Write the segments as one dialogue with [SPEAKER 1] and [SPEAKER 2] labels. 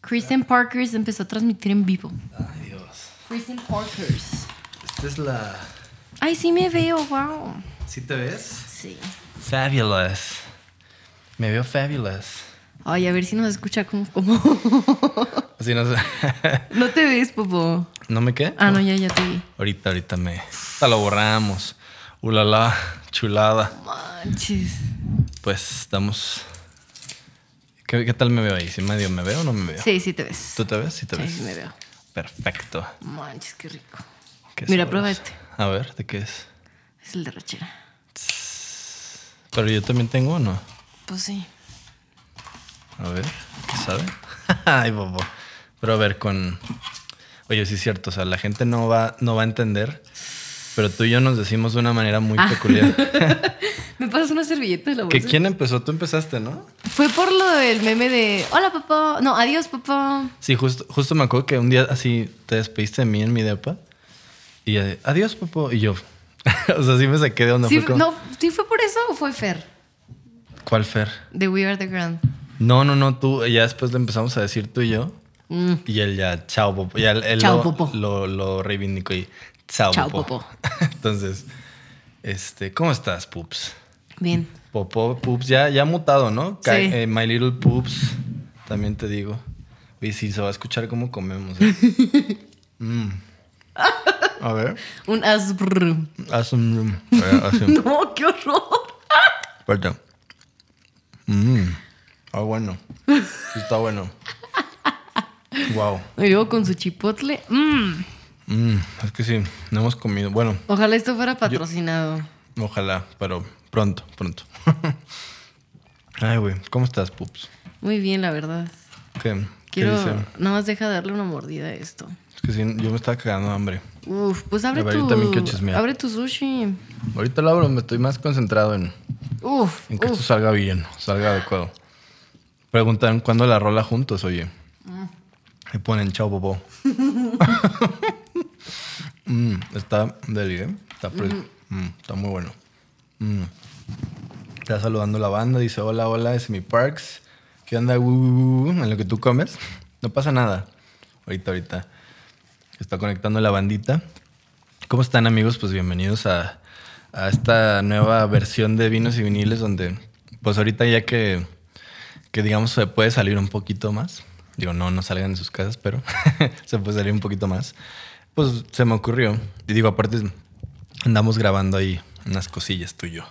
[SPEAKER 1] Kristen Parkers empezó a transmitir en vivo.
[SPEAKER 2] Ay, Dios.
[SPEAKER 1] Kristen Parkers.
[SPEAKER 2] Esta es la.
[SPEAKER 1] Ay, sí me veo, wow.
[SPEAKER 2] ¿Sí te ves?
[SPEAKER 1] Sí.
[SPEAKER 2] Fabulous. Me veo fabulous.
[SPEAKER 1] Ay, a ver si nos escucha como... como...
[SPEAKER 2] Así no sé.
[SPEAKER 1] no te ves, Popo.
[SPEAKER 2] ¿No me qué?
[SPEAKER 1] Ah, no, ya, ya te vi.
[SPEAKER 2] Ahorita, ahorita me. Hasta lo borramos. Ulala, chulada.
[SPEAKER 1] Manches.
[SPEAKER 2] Pues estamos. ¿Qué, qué tal me veo ahí? ¿Si medio me veo o no me veo?
[SPEAKER 1] Sí, sí te ves.
[SPEAKER 2] ¿Tú te ves? Sí, te
[SPEAKER 1] Sí,
[SPEAKER 2] ves.
[SPEAKER 1] sí me veo.
[SPEAKER 2] Perfecto.
[SPEAKER 1] Manches, qué rico.
[SPEAKER 2] Qué
[SPEAKER 1] Mira,
[SPEAKER 2] sabroso.
[SPEAKER 1] prueba este.
[SPEAKER 2] A ver, ¿de qué es?
[SPEAKER 1] Es el de rachera.
[SPEAKER 2] Pero yo también tengo uno.
[SPEAKER 1] Pues sí.
[SPEAKER 2] A ver, ¿qué sabe? Ay, bobo. Pero a ver, con. Oye, sí es cierto, o sea, la gente no va, no va a entender, pero tú y yo nos decimos de una manera muy
[SPEAKER 1] Ah.
[SPEAKER 2] peculiar.
[SPEAKER 1] Me pasas una servilleta de la bolsa.
[SPEAKER 2] ¿Que quién empezó? Tú empezaste, ¿no?
[SPEAKER 1] Fue por lo del meme de hola papá, no, adiós papá.
[SPEAKER 2] Sí, justo, justo me acuerdo que un día así te despediste de mí en mi depa y eh, adiós, papo. Y yo, o sea, sí me saqué de onda.
[SPEAKER 1] sí,
[SPEAKER 2] fue como,
[SPEAKER 1] no, ¿sí fue por eso o fue Fer?
[SPEAKER 2] ¿Cuál Fer?
[SPEAKER 1] De We Are The Grand.
[SPEAKER 2] No, no, no, tú, ya después le empezamos a decir tú y yo.
[SPEAKER 1] Mm,
[SPEAKER 2] Y él ya, chao, popo. Ya él, él
[SPEAKER 1] Chao,
[SPEAKER 2] lo,
[SPEAKER 1] popo.
[SPEAKER 2] Lo, lo reivindicó y chao,
[SPEAKER 1] Chao,
[SPEAKER 2] popo.
[SPEAKER 1] popo.
[SPEAKER 2] Entonces, este, ¿cómo estás, Pups?
[SPEAKER 1] bien.
[SPEAKER 2] Popo, Pups, ya, ya mutado, ¿no? Ca-
[SPEAKER 1] Sí.
[SPEAKER 2] eh, My Little Pups, también te digo. Oye, sí, se va a escuchar cómo comemos. ¿eh? Mm. A ver.
[SPEAKER 1] Un asbrr.
[SPEAKER 2] Haz un zoom. A ver, haz un-
[SPEAKER 1] No, qué horror.
[SPEAKER 2] Espérate. Mm. Ah, bueno. Sí está bueno. Wow.
[SPEAKER 1] Y luego con su chipotle. mm,
[SPEAKER 2] Mm, es que sí, no hemos comido. Bueno,
[SPEAKER 1] Ojalá esto fuera patrocinado.
[SPEAKER 2] ojalá, pero pronto, pronto. Ay, güey, ¿cómo estás, Pups?
[SPEAKER 1] Muy bien, la verdad.
[SPEAKER 2] ¿Qué, qué
[SPEAKER 1] Quiero.
[SPEAKER 2] dice?
[SPEAKER 1] Nada más deja darle una mordida a esto.
[SPEAKER 2] Es que sí, yo me estaba cagando de hambre.
[SPEAKER 1] Uf, pues abre
[SPEAKER 2] A ver, yo
[SPEAKER 1] tu.
[SPEAKER 2] también quiero chismear.
[SPEAKER 1] Abre tu sushi.
[SPEAKER 2] Ahorita lo abro, me estoy más concentrado en,
[SPEAKER 1] Uf,
[SPEAKER 2] en que
[SPEAKER 1] uf.
[SPEAKER 2] esto salga bien, salga adecuado. Preguntan cuándo la rola juntos, oye. Y ponen chao, bobo. Mm, está deli, ¿eh? Está, pre- Mm, está muy bueno. Mm. Está saludando la banda, dice hola, hola, es mi Parks. ¿Qué onda? Uh, uh, uh, en lo que tú comes. No pasa nada. Ahorita, ahorita. Está conectando la bandita. ¿Cómo están amigos? Pues bienvenidos a, a esta nueva versión de vinos y viniles donde pues ahorita ya que, que digamos se puede salir un poquito más, digo no, no salgan de sus casas, pero se puede salir un poquito más, pues se me ocurrió. Y digo aparte andamos grabando ahí unas cosillas tú y yo.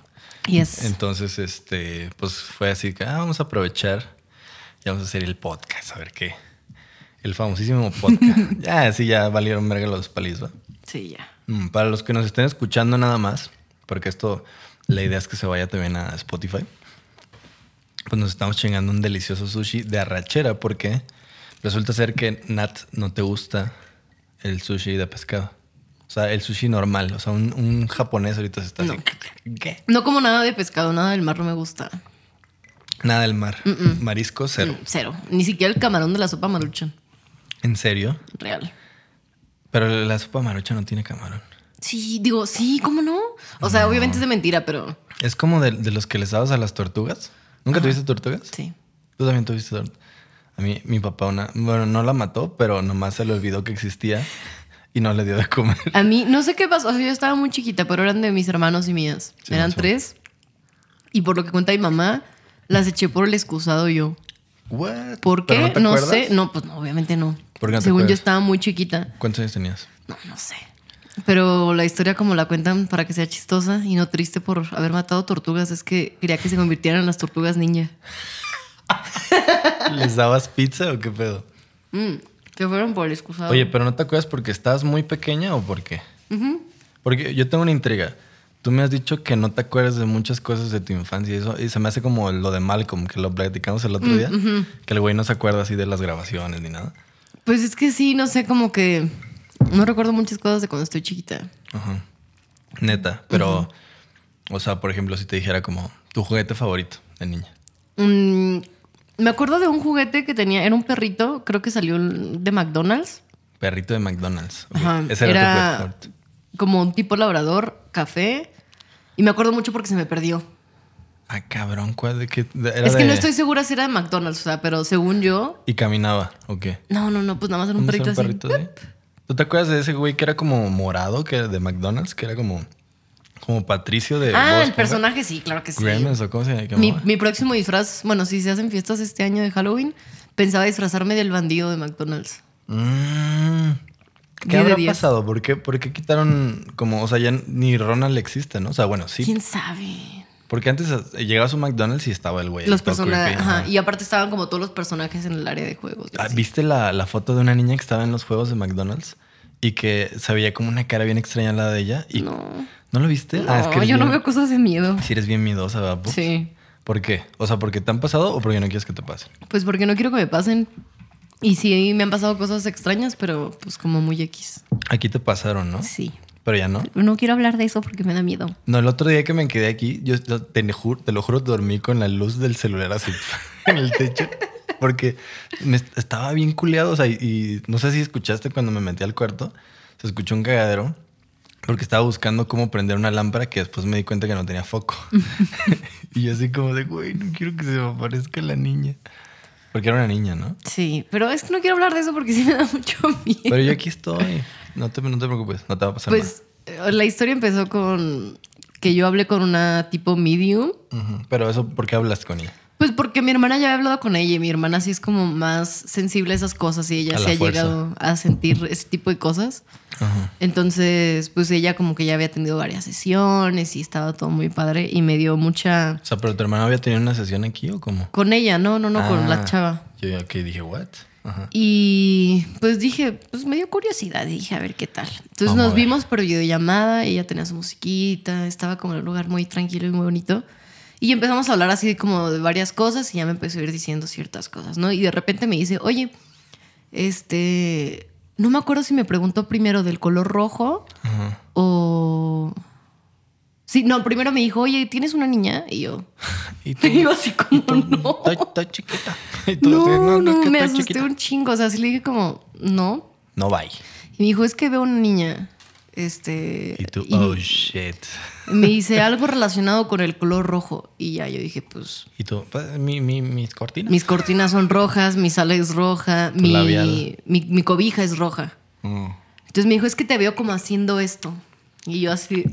[SPEAKER 1] Yes.
[SPEAKER 2] Entonces este pues fue así que ah, vamos a aprovechar y vamos a hacer el podcast, a ver qué. El famosísimo podcast. ya, sí, ya valieron verga los palis, ¿va?
[SPEAKER 1] Sí, ya.
[SPEAKER 2] Mm, Para los que nos estén escuchando nada más, porque esto, la idea es que se vaya también a Spotify, pues nos estamos chingando un delicioso sushi de arrachera porque resulta ser que Nat no te gusta el sushi de pescado. O sea, el sushi normal. O sea, un, un japonés ahorita se está así. ¿Qué?
[SPEAKER 1] No como nada de pescado, nada del mar no me gusta.
[SPEAKER 2] Nada del mar. Marisco, cero.
[SPEAKER 1] Mm, Cero. Ni siquiera el camarón de la sopa maruchan.
[SPEAKER 2] ¿En serio?
[SPEAKER 1] Real.
[SPEAKER 2] Pero la sopa marucha no tiene camarón.
[SPEAKER 1] Sí, digo, sí, ¿cómo no? O sea, obviamente es de mentira, pero
[SPEAKER 2] Es como de, de los que les dabas a las tortugas. ¿Nunca tuviste tortugas?
[SPEAKER 1] sí.
[SPEAKER 2] Tú también tuviste dor- A mí, mi papá, una. Bueno, no la mató, pero nomás se le olvidó que existía y no le dio de comer.
[SPEAKER 1] A mí, no sé qué pasó. o sea, yo estaba muy chiquita, pero eran de mis hermanos y mías.
[SPEAKER 2] Sí,
[SPEAKER 1] eran
[SPEAKER 2] mucho.
[SPEAKER 1] tres. Y por lo que cuenta mi mamá, las eché por el excusado yo.
[SPEAKER 2] ¿What?
[SPEAKER 1] ¿Por
[SPEAKER 2] ¿Pero
[SPEAKER 1] qué?
[SPEAKER 2] te
[SPEAKER 1] No,
[SPEAKER 2] acuerdas?
[SPEAKER 1] sé. No, pues no, obviamente no.
[SPEAKER 2] ¿Por qué no te
[SPEAKER 1] Según yo
[SPEAKER 2] acuerdas?
[SPEAKER 1] estaba muy chiquita.
[SPEAKER 2] ¿Cuántos años tenías?
[SPEAKER 1] No, no sé. Pero la historia como la cuentan para que sea chistosa y no triste por haber matado tortugas es que quería que se convirtieran en las tortugas ninja.
[SPEAKER 2] ¿Les dabas pizza o qué pedo?
[SPEAKER 1] Mm, se fueron por el excusado.
[SPEAKER 2] Oye, pero no te acuerdas porque estabas muy pequeña o por qué?
[SPEAKER 1] Ujú.
[SPEAKER 2] Porque yo tengo una intriga. Tú me has dicho que no te acuerdas de muchas cosas de tu infancia y eso, y se me hace como lo de Malcolm, que lo platicamos el otro
[SPEAKER 1] Mm,
[SPEAKER 2] día, que el güey no se acuerda así de las grabaciones ni nada.
[SPEAKER 1] Pues es que sí, no sé, como que no recuerdo muchas cosas de cuando estoy chiquita.
[SPEAKER 2] Ajá. Neta, pero, o sea, por ejemplo, si te dijera como tu juguete favorito de niña.
[SPEAKER 1] Mm, me acuerdo de un juguete que tenía, era un perrito, creo que salió de McDonald's.
[SPEAKER 2] Perrito de McDonald's. Ok,
[SPEAKER 1] Ajá,
[SPEAKER 2] Ese era, tu juguete favorito.
[SPEAKER 1] como un tipo labrador, café. Y me acuerdo mucho porque se me perdió.
[SPEAKER 2] Ah, cabrón, ¿cuál? ¿De qué? De- era
[SPEAKER 1] Es que
[SPEAKER 2] de-
[SPEAKER 1] no estoy segura si era de McDonald's, o sea, pero según yo.
[SPEAKER 2] Y caminaba, ¿o qué?
[SPEAKER 1] No, no, no, pues nada más era un
[SPEAKER 2] ¿No sé,
[SPEAKER 1] perrito así.
[SPEAKER 2] así? ¿Tú te acuerdas de ese güey que era como morado, que era de McDonald's, que era como, como Patricio de... Bob
[SPEAKER 1] Ah, el
[SPEAKER 2] Esponja?
[SPEAKER 1] personaje sí, claro que sí.
[SPEAKER 2] Grimace, ¿o cómo se
[SPEAKER 1] Mi,
[SPEAKER 2] llamaba?
[SPEAKER 1] mi próximo disfraz, bueno, si se hacen fiestas este año de Halloween, pensaba disfrazarme del bandido de McDonald's.
[SPEAKER 2] Mm. ¿Qué
[SPEAKER 1] Diez de
[SPEAKER 2] habrá
[SPEAKER 1] diez.
[SPEAKER 2] pasado? ¿Por qué, por qué quitaron como, o sea, ya ni Ronald existe, ¿no? O sea, bueno, sí.
[SPEAKER 1] ¿Quién sabe?
[SPEAKER 2] Porque antes eh, llegaba a su McDonald's y estaba el güey.
[SPEAKER 1] Los
[SPEAKER 2] todo
[SPEAKER 1] personajes.
[SPEAKER 2] creepy,
[SPEAKER 1] Ajá.
[SPEAKER 2] ajá.
[SPEAKER 1] Y aparte estaban como todos los personajes en el área de juegos. y
[SPEAKER 2] Ah,
[SPEAKER 1] así.
[SPEAKER 2] ¿Viste la, la foto de una niña que estaba en los juegos de McDonald's y que se veía como una cara bien extraña la de ella? Y, no.
[SPEAKER 1] No.
[SPEAKER 2] lo viste?
[SPEAKER 1] No,
[SPEAKER 2] Ah, es que eres
[SPEAKER 1] yo no
[SPEAKER 2] bien-
[SPEAKER 1] veo cosas de miedo.
[SPEAKER 2] Si eres bien miedosa, ¿verdad? Pups?
[SPEAKER 1] Sí.
[SPEAKER 2] ¿Por qué? O sea, ¿porque te han pasado o porque no quieres que te pasen?
[SPEAKER 1] Pues porque no quiero que me pasen. Y sí, me han pasado cosas extrañas, pero pues como muy X.
[SPEAKER 2] Aquí te pasaron, ¿no?
[SPEAKER 1] Sí.
[SPEAKER 2] Pero ya no.
[SPEAKER 1] No quiero hablar de eso porque me da miedo.
[SPEAKER 2] No, el otro día que me quedé aquí, yo te, lo juro- te lo juro, dormí con la luz del celular así en el techo. Porque me est- estaba bien culeado. O sea, y, y no sé si escuchaste cuando me metí al cuarto, se escuchó un cagadero. Porque estaba buscando cómo prender una lámpara que después me di cuenta que no tenía foco. y yo así como de, güey, no quiero que se me aparezca la niña. Porque era una niña, ¿no?
[SPEAKER 1] Sí, pero es que no quiero hablar de eso porque sí me da mucho miedo.
[SPEAKER 2] Pero yo aquí estoy. No te, no te preocupes, no te va a pasar
[SPEAKER 1] pues eh, la historia empezó con que yo hablé con una tipo medium.
[SPEAKER 2] nada. Ujú. Pero eso, ¿por qué hablaste con ella?
[SPEAKER 1] Pues porque mi hermana ya había hablado con ella y mi hermana sí es como más sensible a esas cosas y ella
[SPEAKER 2] A
[SPEAKER 1] se
[SPEAKER 2] la
[SPEAKER 1] ha
[SPEAKER 2] fuerza.
[SPEAKER 1] llegado a sentir ese tipo de cosas.
[SPEAKER 2] Ajá.
[SPEAKER 1] Entonces, pues ella como que ya había tenido varias sesiones y estaba todo muy padre y me dio mucha...
[SPEAKER 2] O sea, pero tu hermana había tenido una sesión aquí o cómo?
[SPEAKER 1] Con ella, no, no, no, con la
[SPEAKER 2] Ah,
[SPEAKER 1] chava.
[SPEAKER 2] Yo aquí dije, ¿what? Ajá.
[SPEAKER 1] Y pues dije, pues me dio curiosidad y dije, a ver qué tal. Entonces
[SPEAKER 2] Vamos a
[SPEAKER 1] nos
[SPEAKER 2] ver.
[SPEAKER 1] vimos por videollamada, ella tenía su musiquita, estaba como en un lugar muy tranquilo y muy bonito. Y empezamos a hablar así como de varias cosas y ya me empezó a ir diciendo ciertas cosas, ¿no? Y de repente me dice, oye, este, no me acuerdo si me preguntó primero del color rojo
[SPEAKER 2] Ajá.
[SPEAKER 1] o... Sí, no, primero me dijo, oye, ¿tienes una niña? Y yo,
[SPEAKER 2] Y tú,
[SPEAKER 1] y yo así como, no.
[SPEAKER 2] está, está chiquita. Y tú,
[SPEAKER 1] No,
[SPEAKER 2] así,
[SPEAKER 1] no,
[SPEAKER 2] es que
[SPEAKER 1] me
[SPEAKER 2] está
[SPEAKER 1] asusté
[SPEAKER 2] chiquita.
[SPEAKER 1] un chingo. O sea, sí le dije como, no.
[SPEAKER 2] No, bye.
[SPEAKER 1] Y me dijo, es que veo una niña. Este.
[SPEAKER 2] Y tú,
[SPEAKER 1] y
[SPEAKER 2] oh, shit.
[SPEAKER 1] Me dice algo relacionado con el color rojo. Y ya yo dije, pues.
[SPEAKER 2] Y tú, pues, mi, mi, mis cortinas.
[SPEAKER 1] Mis cortinas son rojas, mi sala es roja, mi,
[SPEAKER 2] labial.
[SPEAKER 1] mi, mi cobija es roja.
[SPEAKER 2] Mm.
[SPEAKER 1] Entonces me dijo, es que te veo como haciendo esto. Y yo así,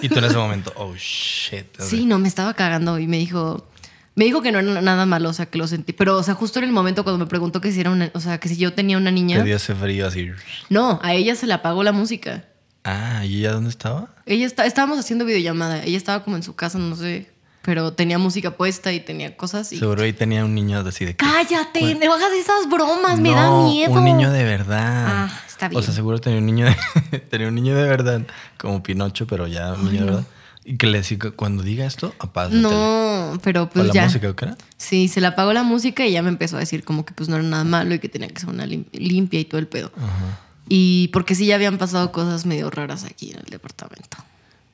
[SPEAKER 2] Y tú en ese momento, oh, shit.
[SPEAKER 1] sí, no, me estaba cagando. Y me dijo, me dijo que no era nada malo, o sea, que lo sentí. Pero, o sea, justo en el momento cuando me preguntó que si era una, o sea, que si yo tenía una
[SPEAKER 2] Que
[SPEAKER 1] niña.
[SPEAKER 2] dio ese frío así.
[SPEAKER 1] No, a ella se le apagó la música.
[SPEAKER 2] Ah, ¿y ella dónde estaba?
[SPEAKER 1] Ella está, estábamos haciendo videollamada. Ella estaba como en su casa, no sé, pero tenía música puesta y tenía cosas y.
[SPEAKER 2] Seguro ahí tenía un niño así de...
[SPEAKER 1] Cállate, no hagas esas bromas, me da
[SPEAKER 2] No,
[SPEAKER 1] miedo.
[SPEAKER 2] un niño de verdad.
[SPEAKER 1] Ah, está
[SPEAKER 2] O sea,
[SPEAKER 1] bien.
[SPEAKER 2] seguro tenía un niño de, tenía un niño de verdad, como Pinocho, pero ya un niño de verdad. Y que le decía, cuando diga esto, apaga la tele.
[SPEAKER 1] No, pero pues
[SPEAKER 2] o la
[SPEAKER 1] ya.
[SPEAKER 2] música, ¿o qué era?
[SPEAKER 1] Sí, se le apagó la música y ya me empezó a decir como que pues no era nada malo y que tenía que ser una lim- limpia y todo el pedo. Y porque sí ya habían pasado cosas medio raras aquí en el departamento.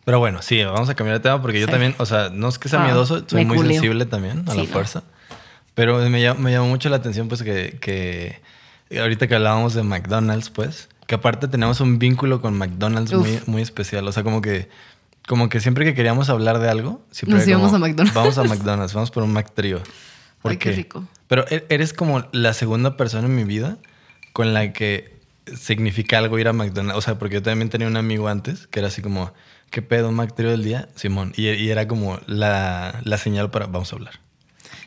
[SPEAKER 2] Pero bueno, sí, vamos a cambiar de tema porque yo
[SPEAKER 1] Sí.
[SPEAKER 2] también, o sea, no es que sea
[SPEAKER 1] Ah,
[SPEAKER 2] miedoso, soy
[SPEAKER 1] me
[SPEAKER 2] muy
[SPEAKER 1] culeo.
[SPEAKER 2] sensible también a
[SPEAKER 1] Sí,
[SPEAKER 2] la
[SPEAKER 1] no.
[SPEAKER 2] fuerza. Pero me llam- me llamó, mucho la atención, pues, que, que ahorita que hablábamos de McDonald's, pues, que aparte tenemos un vínculo con McDonald's
[SPEAKER 1] Uf.
[SPEAKER 2] muy, muy especial. O sea, como que, como que siempre que queríamos hablar de algo, siempre
[SPEAKER 1] Nos
[SPEAKER 2] era como,
[SPEAKER 1] íbamos a McDonald's.
[SPEAKER 2] Vamos a McDonald's, vamos por un McTrio. ¿Por
[SPEAKER 1] Ay, qué rico.
[SPEAKER 2] Pero e- eres como la segunda persona en mi vida con la que significa algo ir a McDonald's. O sea, porque yo también tenía un amigo antes que era así como, ¿qué pedo, un McTrio del día? Simón. Y, y era como la, la señal para, vamos a hablar.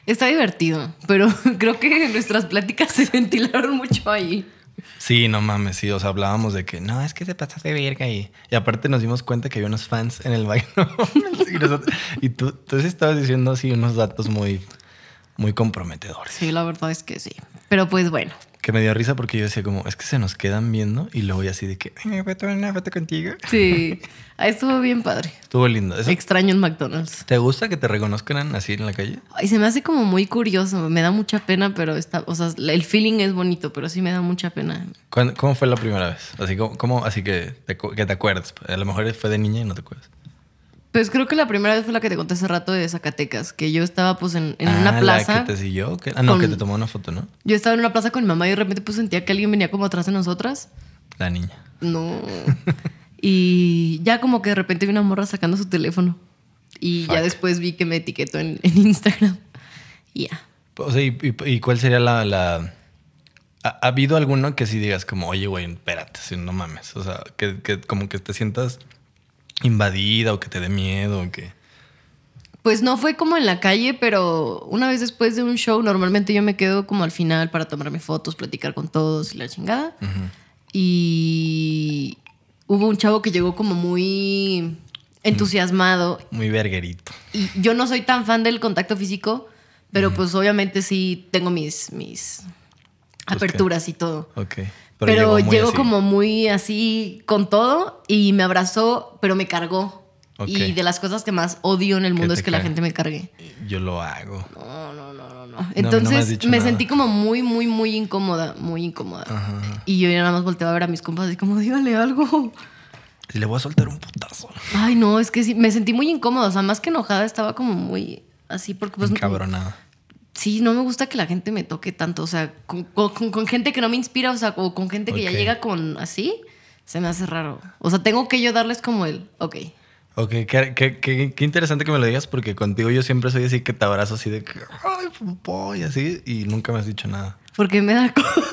[SPEAKER 1] Está divertido, pero creo que nuestras pláticas se ventilaron mucho ahí.
[SPEAKER 2] Sí, no mames, sí. O sea, hablábamos de que no, es que te pasaste de verga ahí. Y aparte nos dimos cuenta que había unos fans en el McDonald's. y, nosotros- y tú, tú sí estabas diciendo así unos datos muy, muy comprometedores.
[SPEAKER 1] Sí, la verdad es que sí. Pero pues bueno.
[SPEAKER 2] Que me dio risa porque yo decía como, es que se nos quedan viendo y luego ya así de que, eh, voy a tomar una foto contigo.
[SPEAKER 1] Sí, ahí estuvo bien padre.
[SPEAKER 2] Estuvo lindo. Eso-
[SPEAKER 1] Extraño en McDonald's.
[SPEAKER 2] ¿Te gusta que te reconozcan así en la calle?
[SPEAKER 1] Y se me hace como muy curioso, me da mucha pena, pero está, o sea, el feeling es bonito, pero sí me da mucha pena.
[SPEAKER 2] ¿Cuándo- ¿Cómo fue la primera vez? Así como, como- así que te, acu- que te acuerdas. A lo mejor fue de niña y no te acuerdas.
[SPEAKER 1] Pues creo que la primera vez fue la que te conté hace rato de Zacatecas, que yo estaba pues en, en
[SPEAKER 2] Ah,
[SPEAKER 1] una
[SPEAKER 2] La
[SPEAKER 1] plaza.
[SPEAKER 2] que te siguió. ¿o qué? Ah, no, que
[SPEAKER 1] Con-
[SPEAKER 2] te tomó una foto, ¿no?
[SPEAKER 1] Yo estaba en una plaza con mi mamá y de repente pues sentía que alguien venía como atrás de nosotras.
[SPEAKER 2] La niña.
[SPEAKER 1] No. y ya como que de repente vi una morra sacando su teléfono. Y ya
[SPEAKER 2] Fuck.
[SPEAKER 1] después vi que me etiquetó en, en Instagram. Y ya.
[SPEAKER 2] O sea, ¿y, y- y cuál sería la... la- ¿Ha, ha habido alguno que sí digas como, oye, güey, espérate, si no mames? O sea, que, que como que te sientas invadida o que te dé miedo o que...
[SPEAKER 1] Pues no fue como en la calle, pero una vez después de un show, normalmente yo me quedo como al final para tomarme fotos, platicar con todos y la chingada. Y hubo un chavo que llegó como muy entusiasmado
[SPEAKER 2] Muy verguerito.
[SPEAKER 1] y yo no soy tan fan del contacto físico, pero pues obviamente sí tengo mis, mis
[SPEAKER 2] Pues, ¿qué?
[SPEAKER 1] aperturas y todo.
[SPEAKER 2] Ok.
[SPEAKER 1] Pero,
[SPEAKER 2] llegó
[SPEAKER 1] llegó,
[SPEAKER 2] muy así.
[SPEAKER 1] como muy así con todo y me abrazó, pero me cargó.
[SPEAKER 2] Ok.
[SPEAKER 1] Y de las cosas que más odio en el
[SPEAKER 2] Que
[SPEAKER 1] mundo
[SPEAKER 2] te
[SPEAKER 1] es que la
[SPEAKER 2] ca-
[SPEAKER 1] gente me cargue.
[SPEAKER 2] Yo lo hago.
[SPEAKER 1] No, no, no, no, no.
[SPEAKER 2] me has
[SPEAKER 1] Entonces
[SPEAKER 2] dicho
[SPEAKER 1] me
[SPEAKER 2] nada.
[SPEAKER 1] sentí como muy, muy, muy incómoda, muy incómoda.
[SPEAKER 2] Ajá.
[SPEAKER 1] Y yo ya nada más volteaba a ver a mis compas y como, dígale algo.
[SPEAKER 2] Y le voy a soltar un putazo.
[SPEAKER 1] Ay, no, es que sí, me sentí muy incómoda. O sea, más que enojada, estaba como muy así porque pues...
[SPEAKER 2] Cabronado.
[SPEAKER 1] Sí, no me gusta que la gente me toque tanto. O sea, con, con- con- con gente que no me inspira, o sea, o con gente que ya
[SPEAKER 2] Ok.
[SPEAKER 1] llega con así, se me hace raro. O sea, tengo que yo darles como el, ok.
[SPEAKER 2] Ok, qué, qué- qué- qué interesante que me lo digas porque contigo yo siempre soy así que te abrazo así de que, ay, popó", y así, y nunca me has dicho nada.
[SPEAKER 1] Porque me da cosa.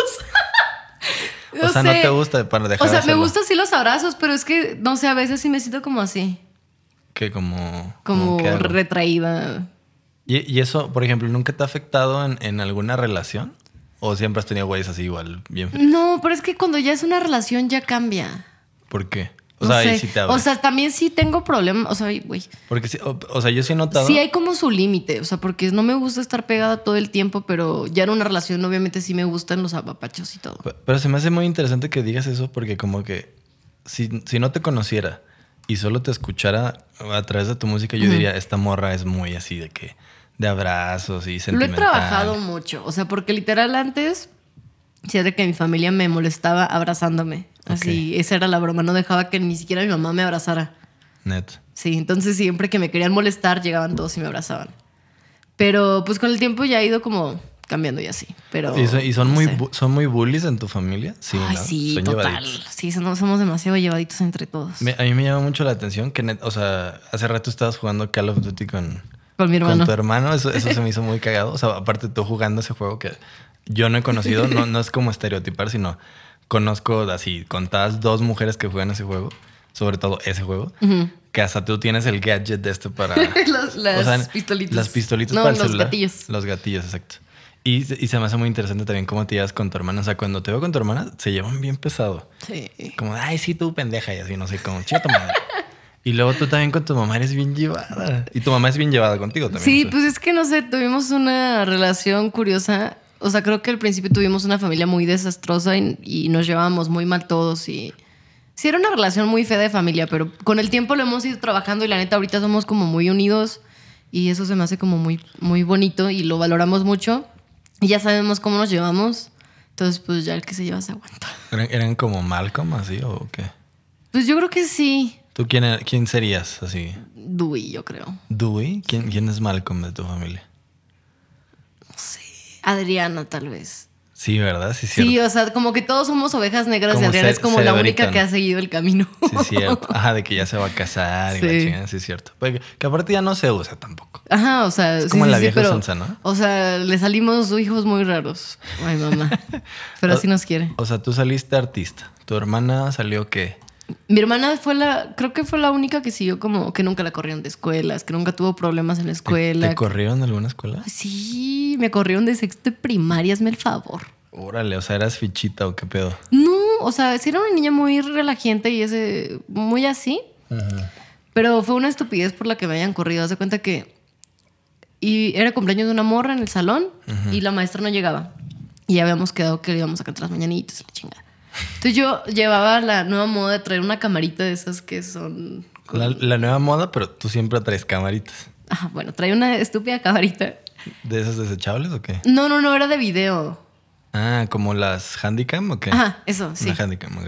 [SPEAKER 2] O sea, no te gusta para dejar
[SPEAKER 1] O sea,
[SPEAKER 2] de
[SPEAKER 1] me
[SPEAKER 2] hacerlo.
[SPEAKER 1] gustan sí los abrazos, pero es que, no sé, a veces sí me siento como así,
[SPEAKER 2] Que como...
[SPEAKER 1] como
[SPEAKER 2] que algo.
[SPEAKER 1] retraída.
[SPEAKER 2] ¿Y, y eso, por ejemplo, nunca te ha afectado en, en alguna relación? ¿O siempre has tenido güeyes así igual, bien fe-
[SPEAKER 1] No, pero es que cuando ya es una relación ya cambia.
[SPEAKER 2] ¿Por qué? O
[SPEAKER 1] No
[SPEAKER 2] sea, ahí
[SPEAKER 1] sé.
[SPEAKER 2] sí te abres.
[SPEAKER 1] o sea, también sí tengo problemas. O sea, ay, güey.
[SPEAKER 2] Porque sí, o, o sea, yo sí he notado...
[SPEAKER 1] Sí hay como su límite, o sea, porque no me gusta estar pegada todo el tiempo, pero ya en una relación obviamente sí me gustan los apapachos y todo.
[SPEAKER 2] Pe- Pero se me hace muy interesante que digas eso porque como que si, si no te conociera y solo te escuchara a través de tu música, yo diría, esta morra es muy así de que de abrazos y
[SPEAKER 1] Lo he
[SPEAKER 2] sentimental.
[SPEAKER 1] trabajado mucho, o sea, porque literal antes, sí era que mi familia me molestaba abrazándome, así, esa era la broma, no dejaba que ni siquiera mi mamá me abrazara.
[SPEAKER 2] Net.
[SPEAKER 1] Sí, entonces siempre que me querían molestar llegaban todos y me abrazaban. Pero pues con el tiempo ya ha ido como cambiando y así, pero...
[SPEAKER 2] ¿Y, son, y son
[SPEAKER 1] no
[SPEAKER 2] muy
[SPEAKER 1] sé.
[SPEAKER 2] bu- son muy bullies en tu familia? Sí,
[SPEAKER 1] Ay,
[SPEAKER 2] ¿no?
[SPEAKER 1] sí,
[SPEAKER 2] Son
[SPEAKER 1] total.
[SPEAKER 2] llevaditos.
[SPEAKER 1] Sí, somos, somos demasiado llevaditos entre todos.
[SPEAKER 2] Me- a mí me llama mucho la atención que, net- o sea, hace rato estabas jugando Call of Duty con,
[SPEAKER 1] Con mi hermano.
[SPEAKER 2] con tu hermano. Eso, eso se me hizo muy cagado. O sea, aparte tú jugando ese juego que yo no he conocido, no, no es como estereotipar, sino conozco así contadas dos mujeres que juegan ese juego, sobre todo ese juego, que hasta tú tienes el gadget de este para...
[SPEAKER 1] Las- las pistolitas.
[SPEAKER 2] Las pistolitas
[SPEAKER 1] No,
[SPEAKER 2] para el
[SPEAKER 1] los
[SPEAKER 2] celular.
[SPEAKER 1] gatillos.
[SPEAKER 2] Los gatillos, exacto. Y, se- y se me hace muy interesante también cómo te llevas con tu hermana. O sea, cuando te veo con tu hermana, se llevan bien pesado.
[SPEAKER 1] Sí.
[SPEAKER 2] Como, ay, sí, tú pendeja y así, no sé, como, chido madre. y luego tú también con tu mamá eres bien llevada. Y tu mamá es bien llevada contigo también.
[SPEAKER 1] Sí,
[SPEAKER 2] o sea.
[SPEAKER 1] pues es que no sé, tuvimos una relación curiosa. O sea, creo que al principio tuvimos una familia muy desastrosa y, y nos llevábamos muy mal todos y... Sí, era una relación muy fea de familia, pero con el tiempo lo hemos ido trabajando y la neta ahorita somos como muy unidos y eso se me hace como muy, muy bonito y lo valoramos mucho. Y ya sabemos cómo nos llevamos, entonces pues ya el que se lleva se aguanta.
[SPEAKER 2] ¿Eran, eran como Malcolm así o qué?
[SPEAKER 1] Pues yo creo que sí,
[SPEAKER 2] ¿Tú quién, er- quién serías así?
[SPEAKER 1] Dewey, yo creo.
[SPEAKER 2] ¿Dewey? ¿Quién, ¿Quién es Malcolm de tu familia?
[SPEAKER 1] Adriana tal vez.
[SPEAKER 2] Sí, ¿verdad? Sí, cierto.
[SPEAKER 1] Sí, o sea, como que todos somos ovejas negras
[SPEAKER 2] Como
[SPEAKER 1] y Adriana
[SPEAKER 2] Ce-
[SPEAKER 1] es como la única
[SPEAKER 2] Cerebrito,
[SPEAKER 1] que
[SPEAKER 2] ¿no?
[SPEAKER 1] ha seguido el camino.
[SPEAKER 2] Sí, cierto. Ajá, de que ya se va a casar y la
[SPEAKER 1] Sí.
[SPEAKER 2] chingada, sí, cierto. Porque- que aparte ya no se usa tampoco.
[SPEAKER 1] Ajá, o sea,
[SPEAKER 2] Es
[SPEAKER 1] sí,
[SPEAKER 2] como
[SPEAKER 1] sí,
[SPEAKER 2] la
[SPEAKER 1] sí,
[SPEAKER 2] vieja
[SPEAKER 1] pero,
[SPEAKER 2] Sansa, ¿no?
[SPEAKER 1] O sea, le salimos hijos muy raros. Ay, mamá. Pero así nos quiere.
[SPEAKER 2] O sea, tú saliste artista. ¿Tu hermana salió qué?
[SPEAKER 1] Mi hermana fue la, creo que fue la única que siguió como que nunca la corrieron de escuelas, que nunca tuvo problemas en la escuela.
[SPEAKER 2] ¿Te corrieron de alguna escuela?
[SPEAKER 1] sí, me corrieron de sexto de primaria, hazme el favor.
[SPEAKER 2] Órale, o sea, eras fichita o qué pedo.
[SPEAKER 1] No, o sea, sí era una niña muy relajante y ese, muy así. Pero fue una estupidez por la que me hayan corrido. Haz de cuenta que. Y era cumpleaños de una morra en el salón y la maestra no llegaba. Y ya habíamos quedado que le íbamos a cantar las mañanitas, la chingada. Entonces yo llevaba la nueva moda de traer una camarita de esas que son.
[SPEAKER 2] La, la nueva moda, pero tú siempre traes camaritas.
[SPEAKER 1] Ah, bueno, trae una estúpida camarita.
[SPEAKER 2] ¿De esas desechables o qué?
[SPEAKER 1] No, no, no, era de video.
[SPEAKER 2] Ah, como las handycam o qué?
[SPEAKER 1] Ajá, eso, sí.
[SPEAKER 2] Una handycam, ok.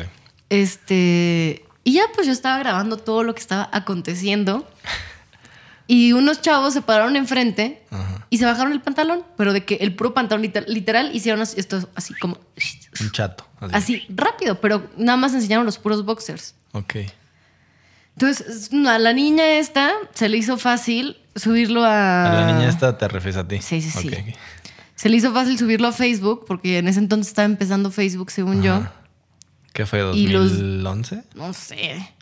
[SPEAKER 1] Este. Y ya, pues yo estaba grabando todo lo que estaba aconteciendo. Y unos chavos se pararon enfrente y se bajaron el pantalón, pero de que el puro pantalón liter- literal hicieron as- esto así como
[SPEAKER 2] Un chato. Así.
[SPEAKER 1] así rápido, pero nada más enseñaron los puros boxers.
[SPEAKER 2] Ok.
[SPEAKER 1] Entonces, a la niña esta se le hizo fácil subirlo a...
[SPEAKER 2] A la niña esta te refieres a ti.
[SPEAKER 1] Ah. Sí, sí, sí.
[SPEAKER 2] Ok, ok.
[SPEAKER 1] Se le hizo fácil subirlo a Facebook porque en ese entonces estaba empezando Facebook, según yo.
[SPEAKER 2] ¿Qué fue?
[SPEAKER 1] Y los-
[SPEAKER 2] ¿2011?
[SPEAKER 1] No sé.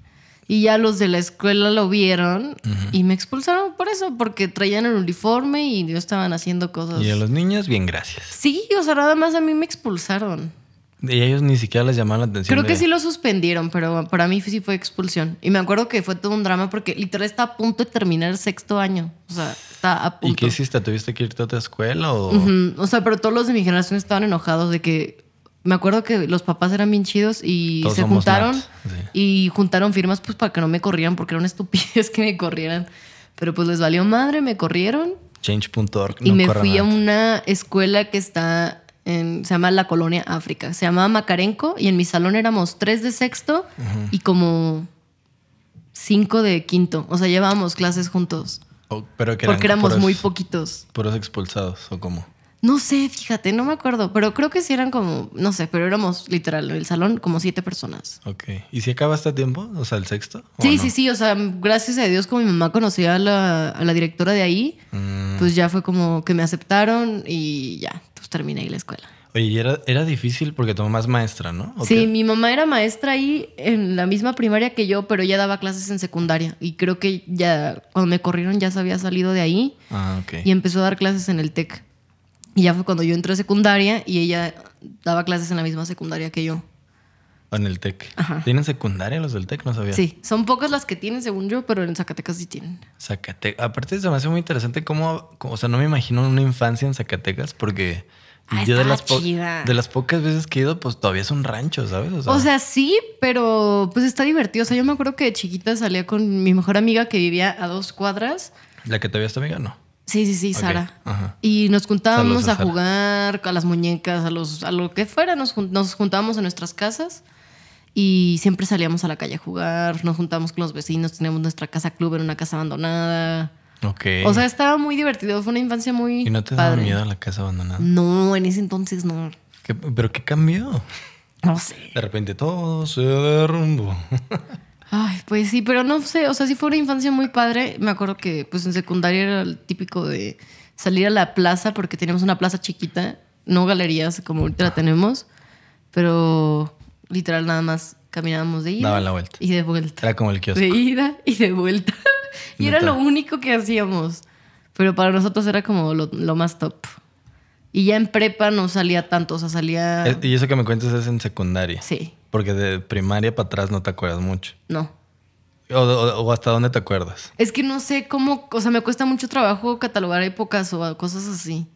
[SPEAKER 1] Y ya los de la escuela lo vieron y me expulsaron por eso, porque traían el uniforme y yo estaban haciendo cosas.
[SPEAKER 2] Y a los niños, bien, gracias.
[SPEAKER 1] Sí, o sea, nada más a mí me expulsaron.
[SPEAKER 2] Y ellos ni siquiera les llamaban la atención.
[SPEAKER 1] Creo que
[SPEAKER 2] de-
[SPEAKER 1] sí lo suspendieron, pero para mí sí fue expulsión. Y me acuerdo que fue todo un drama porque literal está a punto de terminar el sexto año. O sea, está a punto.
[SPEAKER 2] ¿Y qué hiciste? ¿Tuviste que irte a otra escuela o...?
[SPEAKER 1] Ujú. O sea, pero todos los de mi generación estaban enojados de que. Me acuerdo que los papás eran bien chidos y
[SPEAKER 2] Todos
[SPEAKER 1] se
[SPEAKER 2] somos
[SPEAKER 1] juntaron
[SPEAKER 2] nerds, sí.
[SPEAKER 1] y juntaron firmas pues para que no me corrieran porque era una estupidez que me corrieran. Pero pues les valió madre, me corrieron
[SPEAKER 2] Change.org.
[SPEAKER 1] y
[SPEAKER 2] no
[SPEAKER 1] me
[SPEAKER 2] corran
[SPEAKER 1] fui a
[SPEAKER 2] antes.
[SPEAKER 1] una escuela que está en, se llama La Colonia África. Se llamaba Macarenco y en mi salón éramos tres de sexto y como cinco de quinto. O sea, llevábamos clases juntos
[SPEAKER 2] O- pero que eran
[SPEAKER 1] porque éramos
[SPEAKER 2] puros-
[SPEAKER 1] muy poquitos.
[SPEAKER 2] Puros expulsados, ¿o cómo?
[SPEAKER 1] No sé, fíjate, no me acuerdo, pero creo que sí eran como, no sé, pero éramos literal en el salón como siete personas.
[SPEAKER 2] Ok. ¿Y si acabaste a tiempo? O sea, el sexto. ¿o
[SPEAKER 1] Sí,
[SPEAKER 2] no?
[SPEAKER 1] sí, sí, o sea, gracias a Dios como mi mamá conocía a la, a la directora de ahí,
[SPEAKER 2] Mm.
[SPEAKER 1] pues ya fue como que me aceptaron y ya, pues terminé ahí la escuela.
[SPEAKER 2] Oye, y era, era difícil porque tu mamá es maestra, ¿no? ¿O
[SPEAKER 1] Sí,
[SPEAKER 2] qué?
[SPEAKER 1] mi mamá era maestra ahí en la misma primaria que yo, pero ya daba clases en secundaria y creo que ya cuando me corrieron ya se había salido de ahí
[SPEAKER 2] Ah, ok.
[SPEAKER 1] y em empezó a dar clases en el TEC. Y ya fue cuando yo entré a secundaria y ella daba clases en la misma secundaria que yo.
[SPEAKER 2] O en el TEC.
[SPEAKER 1] Ajá.
[SPEAKER 2] ¿Tienen secundaria los del TEC? No sabía.
[SPEAKER 1] Sí, son pocas las que tienen, según yo, pero en Zacatecas sí tienen.
[SPEAKER 2] Zacatecas. Aparte, se me hace muy interesante cómo, o sea, no me imagino una infancia en Zacatecas porque
[SPEAKER 1] Ah,
[SPEAKER 2] yo de
[SPEAKER 1] estaba
[SPEAKER 2] las, po-
[SPEAKER 1] chida.
[SPEAKER 2] de las pocas veces que he ido, pues todavía es un rancho, ¿sabes? O sea,
[SPEAKER 1] O sea, sí, pero pues está divertido. O sea, yo me acuerdo que de chiquita salía con mi mejor amiga que vivía a dos cuadras.
[SPEAKER 2] la que todavía está amiga, no.
[SPEAKER 1] Sí, sí, sí,
[SPEAKER 2] Ok,
[SPEAKER 1] Sara.
[SPEAKER 2] ajá.
[SPEAKER 1] Y nos juntábamos
[SPEAKER 2] Saludos a
[SPEAKER 1] a
[SPEAKER 2] Sara.
[SPEAKER 1] jugar a las muñecas, a, los, a lo que fuera. Nos, jun- nos juntábamos en nuestras casas y siempre salíamos a la calle a jugar. Nos juntábamos con los vecinos. Teníamos nuestra casa club en una casa abandonada.
[SPEAKER 2] Ok.
[SPEAKER 1] O sea, estaba muy divertido. Fue una infancia muy.
[SPEAKER 2] ¿y no te daba
[SPEAKER 1] padre.
[SPEAKER 2] miedo la casa abandonada?
[SPEAKER 1] No, en ese entonces no.
[SPEAKER 2] ¿Qué- ¿Pero qué cambió?
[SPEAKER 1] No sé.
[SPEAKER 2] De repente todo se derrumbó.
[SPEAKER 1] Ay, pues sí, pero no sé, o sea, sí fue una infancia muy padre. Me acuerdo que pues en secundaria era el típico de salir a la plaza porque teníamos una plaza chiquita, no galerías como ahorita la tenemos, pero literal nada más caminábamos de ida
[SPEAKER 2] Daba la vuelta.
[SPEAKER 1] y de vuelta,
[SPEAKER 2] Era como el kiosco.
[SPEAKER 1] de ida y de vuelta. y era
[SPEAKER 2] Neta.
[SPEAKER 1] lo único que hacíamos, pero para nosotros era como lo, lo más top. Y ya en prepa no salía tanto, o sea, salía...
[SPEAKER 2] Es- Y eso que me cuentas es en secundaria.
[SPEAKER 1] Sí,
[SPEAKER 2] Porque de primaria para atrás no te acuerdas mucho.
[SPEAKER 1] no.
[SPEAKER 2] O, o- o hasta dónde te acuerdas.
[SPEAKER 1] Es que no sé cómo, o sea, me cuesta mucho trabajo catalogar épocas o cosas así.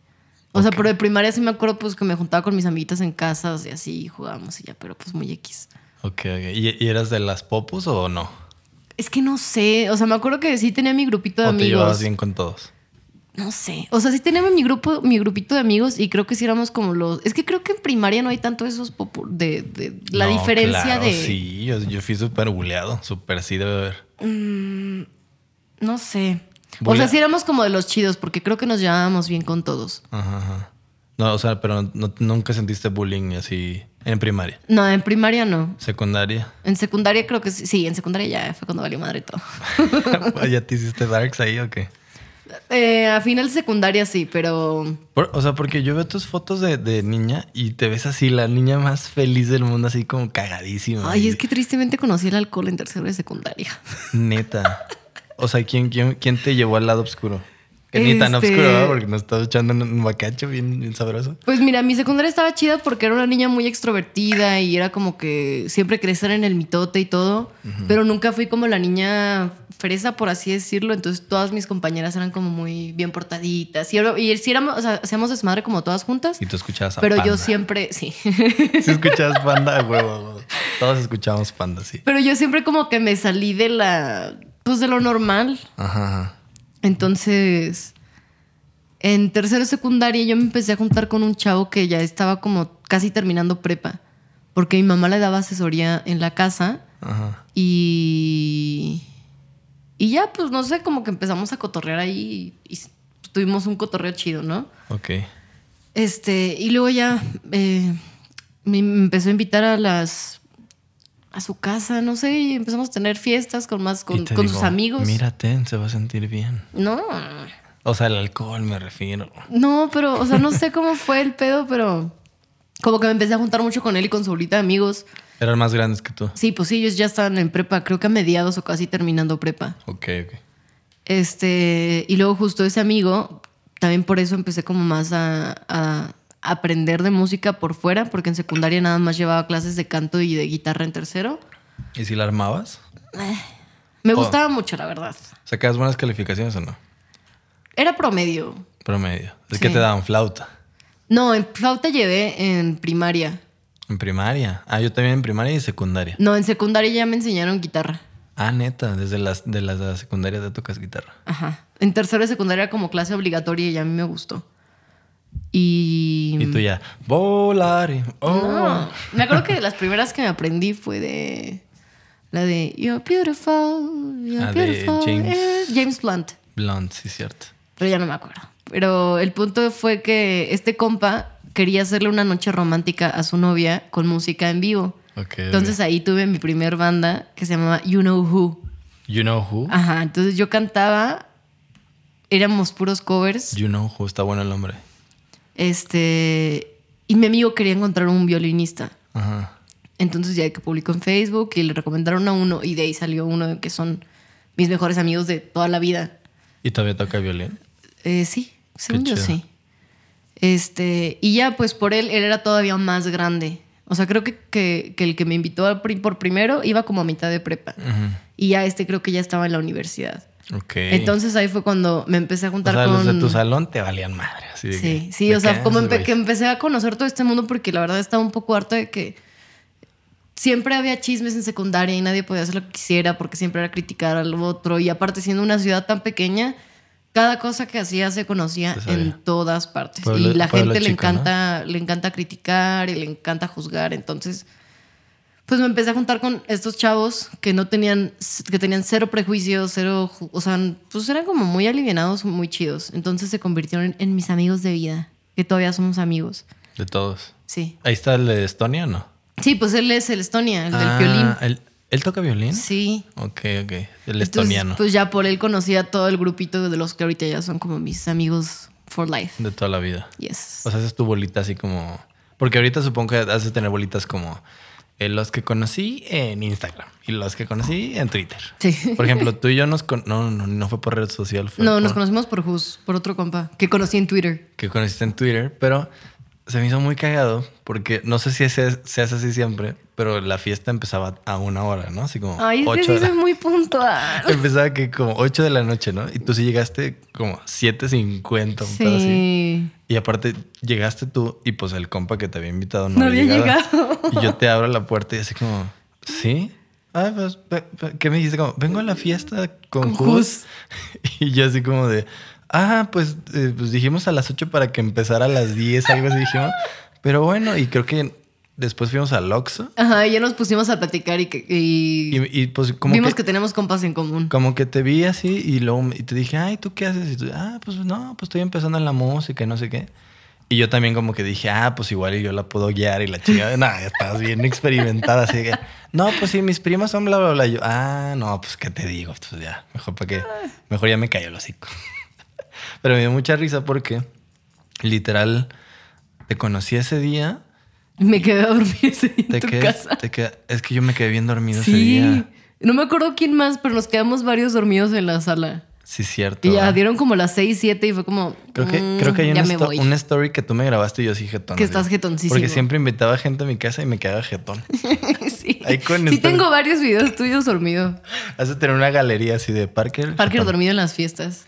[SPEAKER 1] O sea, pero de primaria sí me acuerdo pues que me juntaba con mis amiguitas en casas y así y jugábamos y ya, pero pues muy X.
[SPEAKER 2] Ok, ok. ¿Y, y eras de las popus o no?
[SPEAKER 1] Es que no sé, o sea, me acuerdo que sí tenía mi grupito de
[SPEAKER 2] ¿O te llevabas
[SPEAKER 1] amigos.
[SPEAKER 2] bien con todos?
[SPEAKER 1] No sé. O sea, sí teníamos mi grupo, mi grupito de amigos y creo que sí éramos como los. Es que creo que en primaria no hay tanto esos popu- de, de- la
[SPEAKER 2] No,
[SPEAKER 1] diferencia
[SPEAKER 2] claro,
[SPEAKER 1] de.
[SPEAKER 2] Sí, yo, yo fui súper buleado, súper sí debe haber.
[SPEAKER 1] mm, No sé. O
[SPEAKER 2] Voy
[SPEAKER 1] sea,
[SPEAKER 2] a-
[SPEAKER 1] sí éramos como de los chidos, porque creo que nos llevábamos bien con todos.
[SPEAKER 2] Ajá, ajá. No, o sea, pero no- nunca sentiste bullying así en primaria,
[SPEAKER 1] No, en primaria no.
[SPEAKER 2] secundaria.
[SPEAKER 1] En secundaria creo que sí. Sí, en secundaria ya fue cuando valió madre todo.
[SPEAKER 2] ¿Ya te hiciste darks ahí o qué?
[SPEAKER 1] Eh, a final de secundaria sí, pero...
[SPEAKER 2] Por- o sea, porque yo veo tus fotos de, de niña y te ves así, la niña más feliz del mundo, así como cagadísima.
[SPEAKER 1] Ay,
[SPEAKER 2] y
[SPEAKER 1] es que tristemente conocí el alcohol en tercero de secundaria.
[SPEAKER 2] Neta. O sea, ¿quién, quién, quién te llevó al lado oscuro? Que ni tan
[SPEAKER 1] Este-
[SPEAKER 2] oscuro, ¿verdad? Porque nos estás echando un- un bacacho bien, bien sabroso.
[SPEAKER 1] Pues mira, mi secundaria estaba chida porque era una niña muy extrovertida y era como que siempre quería estar en el mitote y todo, pero nunca fui como la niña fresa, por así decirlo. Entonces todas mis compañeras eran como muy bien portaditas. Y, era- y si éramos, o sea, hacíamos desmadre como todas juntas,
[SPEAKER 2] Y tú escuchabas a
[SPEAKER 1] pero
[SPEAKER 2] Panda.
[SPEAKER 1] yo siempre, sí.
[SPEAKER 2] Si escuchabas Panda, a huevo, a huevo. Todos escuchábamos Panda, sí.
[SPEAKER 1] Pero yo siempre como que me salí de la. Pues de lo normal.
[SPEAKER 2] Ajá, ajá.
[SPEAKER 1] Entonces. En tercero de secundaria yo me empecé a juntar con un chavo que ya estaba como casi terminando prepa. Porque mi mamá le daba asesoría en la casa.
[SPEAKER 2] Ajá.
[SPEAKER 1] Y. Y ya, pues no sé, como que empezamos a cotorrear ahí y, y tuvimos un cotorreo chido, ¿no?
[SPEAKER 2] Ok.
[SPEAKER 1] Este, y luego ya eh, me empezó a invitar a las a su casa, no sé, y empezamos a tener fiestas con más con,
[SPEAKER 2] Y te
[SPEAKER 1] con
[SPEAKER 2] digo,
[SPEAKER 1] sus amigos.
[SPEAKER 2] Mírate, se va a sentir bien.
[SPEAKER 1] No,
[SPEAKER 2] O sea, el alcohol me refiero.
[SPEAKER 1] no, pero, o sea, no sé cómo fue el pedo, pero como que me empecé a juntar mucho con él y con su bolita de amigos.
[SPEAKER 2] Eran más grandes que tú.
[SPEAKER 1] Sí, pues sí, ellos ya estaban en prepa, creo que a mediados o casi terminando prepa.
[SPEAKER 2] Ok, ok.
[SPEAKER 1] Este, y luego justo ese amigo, también por eso empecé como más a, a aprender de música por fuera, porque en secundaria nada más llevaba clases de canto y de guitarra en tercero.
[SPEAKER 2] ¿Y si la armabas?
[SPEAKER 1] Me
[SPEAKER 2] Oh.
[SPEAKER 1] gustaba mucho, la verdad.
[SPEAKER 2] ¿Sacabas buenas calificaciones o no?
[SPEAKER 1] Era promedio.
[SPEAKER 2] Promedio. Es que
[SPEAKER 1] Sí.
[SPEAKER 2] te daban flauta.
[SPEAKER 1] No, en flauta llevé en primaria.
[SPEAKER 2] En primaria. Ah, yo también en primaria y secundaria.
[SPEAKER 1] No, en secundaria ya me enseñaron guitarra.
[SPEAKER 2] Ah, neta, desde las de las de la secundaria te tocas guitarra.
[SPEAKER 1] Ajá. En tercero de secundaria era como clase obligatoria y a mí me gustó. Y...
[SPEAKER 2] Y tú ya, volaré. Oh.
[SPEAKER 1] No. Me acuerdo que de las primeras que me aprendí fue de la de You're beautiful, you're
[SPEAKER 2] Ah, de
[SPEAKER 1] beautiful.
[SPEAKER 2] James-
[SPEAKER 1] eh, James Blunt.
[SPEAKER 2] Blonde, sí, cierto.
[SPEAKER 1] Pero ya no me acuerdo. Pero el punto fue que este compa quería hacerle una noche romántica a su novia con música en vivo.
[SPEAKER 2] Ok.
[SPEAKER 1] Entonces ahí tuve mi primer banda que se llamaba You Know Who.
[SPEAKER 2] You Know Who.
[SPEAKER 1] Ajá, entonces yo cantaba, éramos puros covers.
[SPEAKER 2] You Know Who, está bueno el nombre.
[SPEAKER 1] Este, y mi amigo quería encontrar un violinista.
[SPEAKER 2] Ajá.
[SPEAKER 1] Entonces ya que publicó en Facebook y le recomendaron a uno y de ahí salió uno que son mis mejores amigos de toda la vida.
[SPEAKER 2] ¿Y todavía toca violín?
[SPEAKER 1] Eh, sí, según yo
[SPEAKER 2] chido.
[SPEAKER 1] sí. Este, y ya pues por él, él era todavía más grande. O sea, creo que, que- que el que me invitó al pri- por primero iba como a mitad de prepa. Y ya este creo que ya estaba en la universidad.
[SPEAKER 2] Ok.
[SPEAKER 1] Entonces ahí fue cuando me empecé a
[SPEAKER 2] o
[SPEAKER 1] juntar
[SPEAKER 2] sea,
[SPEAKER 1] con...
[SPEAKER 2] los de tu salón te valían madre. Así de
[SPEAKER 1] Sí,
[SPEAKER 2] que,
[SPEAKER 1] sí,
[SPEAKER 2] ¿de
[SPEAKER 1] o
[SPEAKER 2] qué
[SPEAKER 1] sea, como
[SPEAKER 2] haces,
[SPEAKER 1] empe-
[SPEAKER 2] güey?
[SPEAKER 1] que empecé a conocer todo este mundo porque la verdad estaba un poco harta de que siempre había chismes en secundaria y nadie podía hacer lo que quisiera porque siempre era criticar al otro y aparte siendo una ciudad tan pequeña, cada cosa que hacía se conocía
[SPEAKER 2] Se sabía.
[SPEAKER 1] en todas partes
[SPEAKER 2] Pueblo-
[SPEAKER 1] y la
[SPEAKER 2] pueblo
[SPEAKER 1] gente le
[SPEAKER 2] chico, ¿no?
[SPEAKER 1] encanta le encanta criticar y le encanta juzgar, entonces pues me empecé a juntar con estos chavos que no tenían, que tenían cero prejuicios, cero, ju- o sea, pues eran como muy alivianados, muy chidos. Entonces se convirtieron en mis amigos de vida, que todavía somos amigos.
[SPEAKER 2] De todos.
[SPEAKER 1] Sí.
[SPEAKER 2] Ahí está el de Estonia, ¿no?
[SPEAKER 1] Sí, pues él es el Estonia, el
[SPEAKER 2] Ah,
[SPEAKER 1] del violín.
[SPEAKER 2] ¿él, él toca violín?
[SPEAKER 1] Sí.
[SPEAKER 2] Ok, ok. El
[SPEAKER 1] Entonces,
[SPEAKER 2] estoniano.
[SPEAKER 1] pues ya por él conocí a todo el grupito de los que ahorita ya son como mis amigos for life.
[SPEAKER 2] De toda la vida.
[SPEAKER 1] Yes.
[SPEAKER 2] Mm. O sea, haces tu bolita así como. Porque ahorita supongo que haces tener bolitas como eh, los que conocí en Instagram y los que conocí en Twitter.
[SPEAKER 1] Sí.
[SPEAKER 2] Por ejemplo, tú y yo nos. con- No, no, no fue por red social. Fue
[SPEAKER 1] No, nos
[SPEAKER 2] por-
[SPEAKER 1] conocimos por Jus, por otro compa, que conocí en Twitter.
[SPEAKER 2] Que conociste en Twitter, pero se me hizo muy cagado porque no sé si ese- se hace así siempre, pero la fiesta empezaba a una hora, ¿no? Así como.
[SPEAKER 1] Ay, es que
[SPEAKER 2] ocho
[SPEAKER 1] sí
[SPEAKER 2] de la-
[SPEAKER 1] soy muy puntual.
[SPEAKER 2] Empezaba que como 8 de la noche, ¿no? Y tú sí llegaste como 7.50, un pedo así.
[SPEAKER 1] Sí.
[SPEAKER 2] Y aparte llegaste tú y pues el compa que te había invitado no,
[SPEAKER 1] No
[SPEAKER 2] había
[SPEAKER 1] había
[SPEAKER 2] llegado.
[SPEAKER 1] llegado.
[SPEAKER 2] Y yo te abro la puerta y así como, ¿sí? Ah, pues, ve- ve- ¿qué me dijiste? Como, vengo a la fiesta con
[SPEAKER 1] Con
[SPEAKER 2] Jus. Y yo así como de, ah, pues, eh, pues dijimos a las 8 para que empezara a las 10, algo así dijimos. Pero bueno, y creo que después fuimos al Oxxo.
[SPEAKER 1] Ajá, y ya nos pusimos a platicar y, que- y
[SPEAKER 2] Y, y, pues como
[SPEAKER 1] vimos que...
[SPEAKER 2] que,
[SPEAKER 1] tenemos compas en común.
[SPEAKER 2] como que te vi así y luego me- y te dije, ay, ¿tú qué haces? Y tú, ah, pues no, pues estoy empezando en la música y no sé qué. Y yo también como que dije, ah, pues igual y yo la puedo guiar y la chingada. Nada, estás bien experimentada. Así que, no, pues sí, mis primas son bla, bla, bla. Y yo, ah, no, pues qué te digo. Pues ya, mejor para que, mejor ya me cayó el hocico. Pero me dio mucha risa porque literal te conocí ese día.
[SPEAKER 1] Me quedé a dormir ese día
[SPEAKER 2] Te
[SPEAKER 1] en tu
[SPEAKER 2] quedé-
[SPEAKER 1] casa.
[SPEAKER 2] te quedé- es que yo me quedé bien dormido ese
[SPEAKER 1] Sí.
[SPEAKER 2] día.
[SPEAKER 1] No me acuerdo quién más, pero nos quedamos varios dormidos en la sala.
[SPEAKER 2] Sí, cierto.
[SPEAKER 1] Y ya
[SPEAKER 2] ¿verdad?
[SPEAKER 1] dieron como las 6, 7 y fue como.
[SPEAKER 2] Creo que,
[SPEAKER 1] mm,
[SPEAKER 2] creo que hay
[SPEAKER 1] ya
[SPEAKER 2] una,
[SPEAKER 1] me
[SPEAKER 2] sto-
[SPEAKER 1] voy.
[SPEAKER 2] una story que tú me grabaste y yo sí jetón.
[SPEAKER 1] Que
[SPEAKER 2] así.
[SPEAKER 1] estás jetoncísimo.
[SPEAKER 2] Porque siempre invitaba gente a mi casa y me quedaba jetón.
[SPEAKER 1] sí.
[SPEAKER 2] Ahí con
[SPEAKER 1] sí,
[SPEAKER 2] esto-
[SPEAKER 1] tengo varios videos tuyos dormido.
[SPEAKER 2] Hace tener una galería así de Parker.
[SPEAKER 1] Parker
[SPEAKER 2] jetón.
[SPEAKER 1] dormido en las fiestas.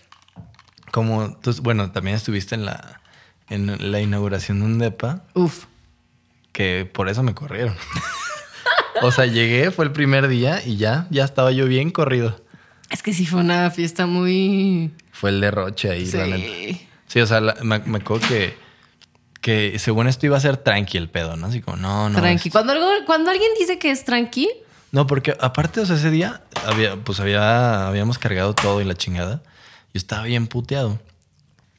[SPEAKER 2] Como tú, bueno, también estuviste en la, en la inauguración de un DEPA,
[SPEAKER 1] Uf.
[SPEAKER 2] que por eso me corrieron. o sea, llegué, fue el primer día y ya, ya estaba yo bien corrido.
[SPEAKER 1] Es que sí fue una fiesta muy.
[SPEAKER 2] Fue el derroche ahí, la neta.
[SPEAKER 1] Sí.
[SPEAKER 2] Sí, o sea, la- me, me acuerdo que, que según esto iba a ser tranqui el pedo, ¿no? Así como, no, no.
[SPEAKER 1] tranqui.
[SPEAKER 2] esto-
[SPEAKER 1] Cuando, algo- cuando alguien dice que es tranqui,
[SPEAKER 2] No, porque aparte, o sea, ese día había, pues había, habíamos cargado todo y la chingada. Yo estaba bien puteado.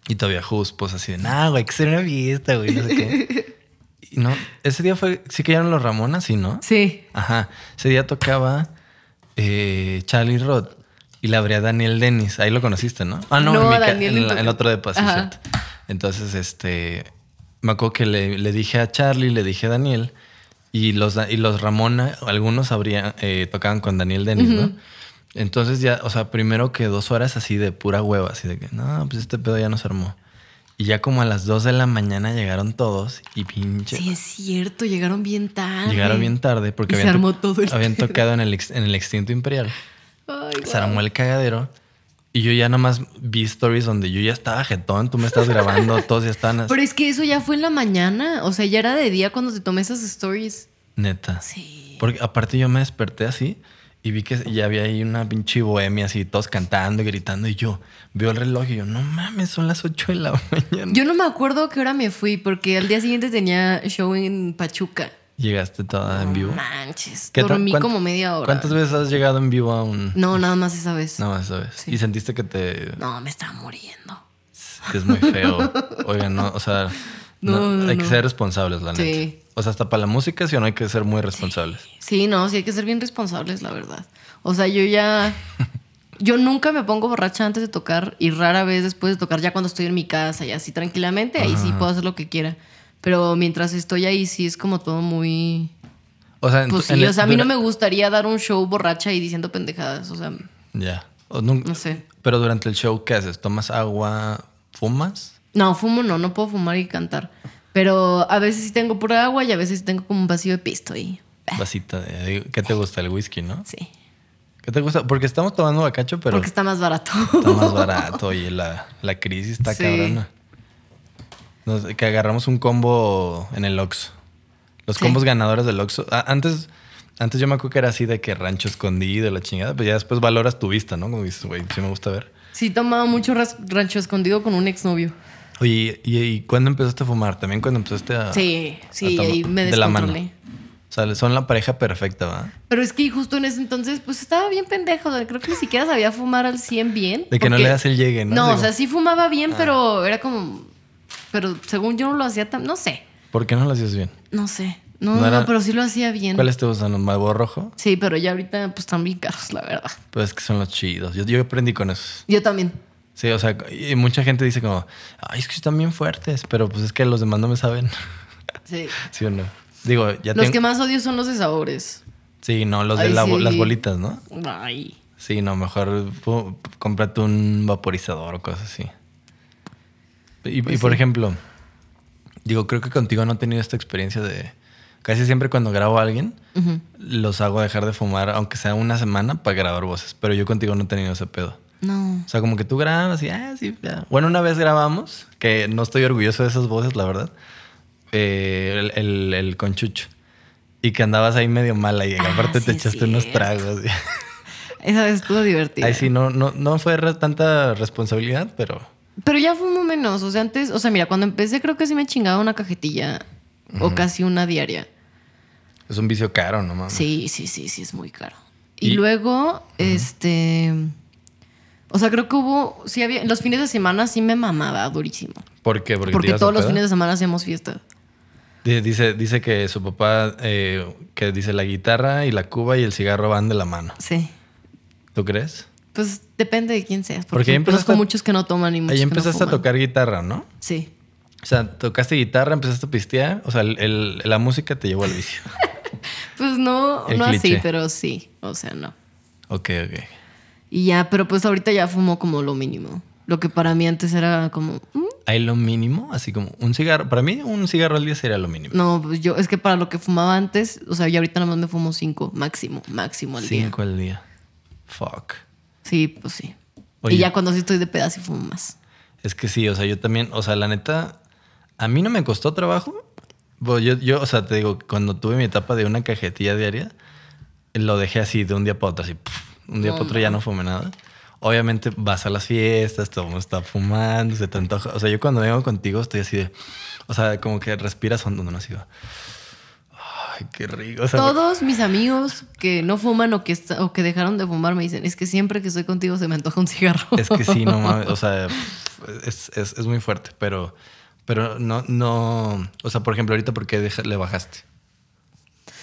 [SPEAKER 2] Y todavía Jus, pues así de, nah, güey, que ser una fiesta, güey, no sé qué. No, ese día fue. Sí que los Ramones, sí, ¿no?
[SPEAKER 1] Sí.
[SPEAKER 2] Ajá. Ese día tocaba eh, Charlie Roth y la abría Daniel Dennis. Ahí lo conociste, ¿no? Ah, no,
[SPEAKER 1] No,
[SPEAKER 2] en, mi ca-
[SPEAKER 1] Daniel
[SPEAKER 2] en
[SPEAKER 1] le
[SPEAKER 2] la-
[SPEAKER 1] toca-
[SPEAKER 2] en otro de sí,
[SPEAKER 1] Ajá.
[SPEAKER 2] cierto. Entonces, este. Me acuerdo que le, le dije a Charlie, le dije a Daniel. Y los, da- y los Ramona, algunos abrían, eh, tocaban con Daniel Dennis, ¿no? Entonces ya, o sea, primero que dos horas así de pura hueva, así de que, no, pues este pedo ya nos armó. Y ya como a las dos de la mañana llegaron todos y pinche
[SPEAKER 1] Sí, es cierto. Llegaron bien tarde.
[SPEAKER 2] Llegaron bien tarde porque
[SPEAKER 1] Ah, Y se
[SPEAKER 2] habían, to-
[SPEAKER 1] armó todo el
[SPEAKER 2] habían tocado en el, ex- en el extinto imperial.
[SPEAKER 1] Ay,
[SPEAKER 2] Se armó el cagadero. Y yo ya nomás vi stories donde yo ya estaba jetón, tú me estás grabando, todos ya estaban así.
[SPEAKER 1] Pero es que eso ya fue en la mañana. O sea, ya era de día cuando te tomé esas stories.
[SPEAKER 2] Neta.
[SPEAKER 1] Sí.
[SPEAKER 2] Porque aparte yo me desperté así y vi que ya había ahí una pinche bohemia así, todos cantando y gritando. Y yo veo el reloj y yo, no mames, son las 8 de la mañana.
[SPEAKER 1] Yo no me acuerdo a qué hora me fui porque al día siguiente tenía show en Pachuca.
[SPEAKER 2] Llegaste toda en vivo.
[SPEAKER 1] Manches.
[SPEAKER 2] ¿Qué tal-
[SPEAKER 1] Dormí
[SPEAKER 2] cuánt-
[SPEAKER 1] como media hora.
[SPEAKER 2] ¿Cuántas veces has llegado en vivo a un...?
[SPEAKER 1] No, nada más esa vez.
[SPEAKER 2] Nada más, ¿sabes?
[SPEAKER 1] Sí.
[SPEAKER 2] Y sentiste que te...
[SPEAKER 1] No, me estaba muriendo.
[SPEAKER 2] que es muy feo. Oigan, no, o sea, no,
[SPEAKER 1] No, no,
[SPEAKER 2] hay que
[SPEAKER 1] no.
[SPEAKER 2] ser responsables, la
[SPEAKER 1] Sí.
[SPEAKER 2] neta. O sea, hasta para la música, sí o no hay que ser muy responsables.
[SPEAKER 1] Sí, no, sí hay que ser bien responsables, la verdad. O sea, yo ya. Yo nunca me pongo borracha antes de tocar y rara vez después de tocar, ya cuando estoy en mi casa y así tranquilamente, ahí sí puedo hacer lo que quiera. Pero mientras estoy ahí, sí es como todo muy.
[SPEAKER 2] O sea, en
[SPEAKER 1] Pues
[SPEAKER 2] tu- en
[SPEAKER 1] sí,
[SPEAKER 2] la-
[SPEAKER 1] o sea, a mí no me
[SPEAKER 2] dura-
[SPEAKER 1] gustaría dar un show borracha y diciendo pendejadas. O sea,
[SPEAKER 2] Ya. O nun-
[SPEAKER 1] no sé.
[SPEAKER 2] Pero durante el show, ¿qué haces? ¿Tomas agua? ¿Fumas?
[SPEAKER 1] No, fumo no, no puedo fumar y cantar. Pero a veces sí tengo pura agua y a veces sí tengo como un vacío de pisto y.
[SPEAKER 2] Vasita. de- ¿Qué te gusta? El whisky, ¿no?
[SPEAKER 1] Sí.
[SPEAKER 2] ¿Qué te gusta? Porque estamos tomando bacacho, pero
[SPEAKER 1] Porque está más barato.
[SPEAKER 2] está más barato. Oye, la, la crisis está
[SPEAKER 1] Sí.
[SPEAKER 2] cabrona. Nos- que agarramos un combo en el Oxxo. Los
[SPEAKER 1] Sí.
[SPEAKER 2] combos ganadores del Oxxo. A- Antes, antes yo me acuerdo que era así de que rancho escondido, la chingada, pero ya después valoras tu vista, ¿no? Como dices, güey, sí me gusta ver.
[SPEAKER 1] Sí, tomaba mucho ras- rancho escondido con un exnovio.
[SPEAKER 2] Oye, ¿y, y- y cuándo empezaste a fumar? También cuando empezaste a.
[SPEAKER 1] Sí, sí,
[SPEAKER 2] a tomar-
[SPEAKER 1] ahí me
[SPEAKER 2] Ah, de la mano.
[SPEAKER 1] descontrolé.
[SPEAKER 2] O sea, son la pareja perfecta, ¿va?
[SPEAKER 1] Pero es que justo en ese entonces, pues estaba bien pendejo. o sea, creo que ni siquiera sabía fumar al 100 bien.
[SPEAKER 2] De que no
[SPEAKER 1] porque-
[SPEAKER 2] le das el llegue, ¿no?
[SPEAKER 1] No, o
[SPEAKER 2] Digo, Ah.
[SPEAKER 1] sea, sí fumaba bien, pero era como. Pero según yo no lo hacía tan. No sé,
[SPEAKER 2] ¿Por qué no lo hacías bien?
[SPEAKER 1] no sé. No,
[SPEAKER 2] No
[SPEAKER 1] no,
[SPEAKER 2] era-
[SPEAKER 1] no, pero sí lo hacía bien.
[SPEAKER 2] ¿Cuáles te gustan? ¿Los Marlboro rojo?
[SPEAKER 1] Sí, pero ya ahorita pues están bien caros, la verdad.
[SPEAKER 2] Pues es que son los chidos. Yo, yo aprendí con esos.
[SPEAKER 1] Yo también.
[SPEAKER 2] Sí, o sea, y mucha gente dice como, ay, es que están bien fuertes, pero pues es que los demás no me saben.
[SPEAKER 1] Sí.
[SPEAKER 2] ¿Sí o no? Digo, ya
[SPEAKER 1] Los
[SPEAKER 2] tengo-
[SPEAKER 1] que más odio son los de sabores.
[SPEAKER 2] Sí, no, los de
[SPEAKER 1] Ay,
[SPEAKER 2] la bo-
[SPEAKER 1] sí.
[SPEAKER 2] las bolitas, ¿no?
[SPEAKER 1] Ay.
[SPEAKER 2] Sí, no, mejor pu- cómprate un vaporizador o cosas así. Y,
[SPEAKER 1] Pues
[SPEAKER 2] y, por ejemplo, digo, creo que contigo no he tenido esta experiencia de... Casi siempre cuando grabo a alguien, los hago dejar de fumar, aunque sea una semana, para grabar voces. Pero yo contigo no he tenido ese pedo.
[SPEAKER 1] No.
[SPEAKER 2] O sea, como que tú grabas y, ah, sí, ya. Bueno, una vez grabamos, que no estoy orgulloso de esas voces, la verdad, eh, el, el, el conchucho. Y que andabas ahí medio mala y
[SPEAKER 1] Ah,
[SPEAKER 2] aparte te
[SPEAKER 1] sí,
[SPEAKER 2] echaste unos
[SPEAKER 1] cierto.
[SPEAKER 2] tragos. y-
[SPEAKER 1] Esa vez estuvo divertida.
[SPEAKER 2] Ay, sí, no, no, no fue re- tanta responsabilidad, pero
[SPEAKER 1] Pero ya fumo menos. O sea, antes, o sea, mira, cuando empecé creo que sí me chingaba una cajetilla o casi una diaria.
[SPEAKER 2] es un vicio caro, Ah, ¿no mames?
[SPEAKER 1] Sí, sí, sí, sí, es muy caro. Y,
[SPEAKER 2] Y-
[SPEAKER 1] luego, este. O sea, creo que hubo. Sí, había. Los fines de semana sí me mamaba durísimo.
[SPEAKER 2] ¿Por qué? Porque,
[SPEAKER 1] Porque, todos los fines de semana hacíamos fiesta.
[SPEAKER 2] de... dice, dice que su papá, eh, que dice la guitarra y la cuba y el cigarro van de la mano.
[SPEAKER 1] Sí.
[SPEAKER 2] ¿Tú crees?
[SPEAKER 1] Pues depende de quién seas.
[SPEAKER 2] Porque ahí
[SPEAKER 1] Porque,
[SPEAKER 2] empezaste
[SPEAKER 1] conozco
[SPEAKER 2] a-
[SPEAKER 1] muchos que no toman y muchos
[SPEAKER 2] Ahí
[SPEAKER 1] que no
[SPEAKER 2] empezaste a
[SPEAKER 1] fuman.
[SPEAKER 2] tocar guitarra, ¿no?
[SPEAKER 1] Sí.
[SPEAKER 2] O sea, tocaste guitarra, empezaste a pistear. O sea, el- el- la música te llevó al vicio.
[SPEAKER 1] Pues no,
[SPEAKER 2] El
[SPEAKER 1] no así,
[SPEAKER 2] cliché.
[SPEAKER 1] pero sí. O sea, no.
[SPEAKER 2] ok, ok.
[SPEAKER 1] Y ya, pero pues ahorita ya fumo como lo mínimo. Lo que para mí antes era como. "Mm,
[SPEAKER 2] Hay lo mínimo, así como un cigarro. Para mí, un cigarro al día sería lo mínimo.
[SPEAKER 1] No, pues yo, es que para lo que fumaba antes, o sea, yo ahorita nada más me fumo cinco, máximo, máximo al día.
[SPEAKER 2] Cinco al día. Fuck.
[SPEAKER 1] Sí, pues sí.
[SPEAKER 2] Oye.
[SPEAKER 1] Y ya cuando sí estoy de pedazo y fumo más.
[SPEAKER 2] Es que sí, o sea, yo también, o sea, la neta, a mí no me costó trabajo. Pues yo, yo, o sea, te digo, cuando tuve mi etapa de una cajetilla diaria, lo dejé así de un día para otro, así, puf, un día
[SPEAKER 1] No,
[SPEAKER 2] para otro ya no fumé nada. Obviamente vas a las fiestas, todo el mundo está fumando, se te antoja. O sea, yo cuando vengo contigo estoy así de, o sea, como que respiras hondo, no así. de, Ay, qué rico. O sea,
[SPEAKER 1] Todos mis amigos que no fuman o que, está- o que dejaron de fumar me dicen, es que siempre que estoy contigo se me antoja un cigarro.
[SPEAKER 2] Es que sí, no mames. O sea, es, es- es muy fuerte, pero, Pero no, no. O sea, por ejemplo, ahorita, ¿por qué deja- le bajaste?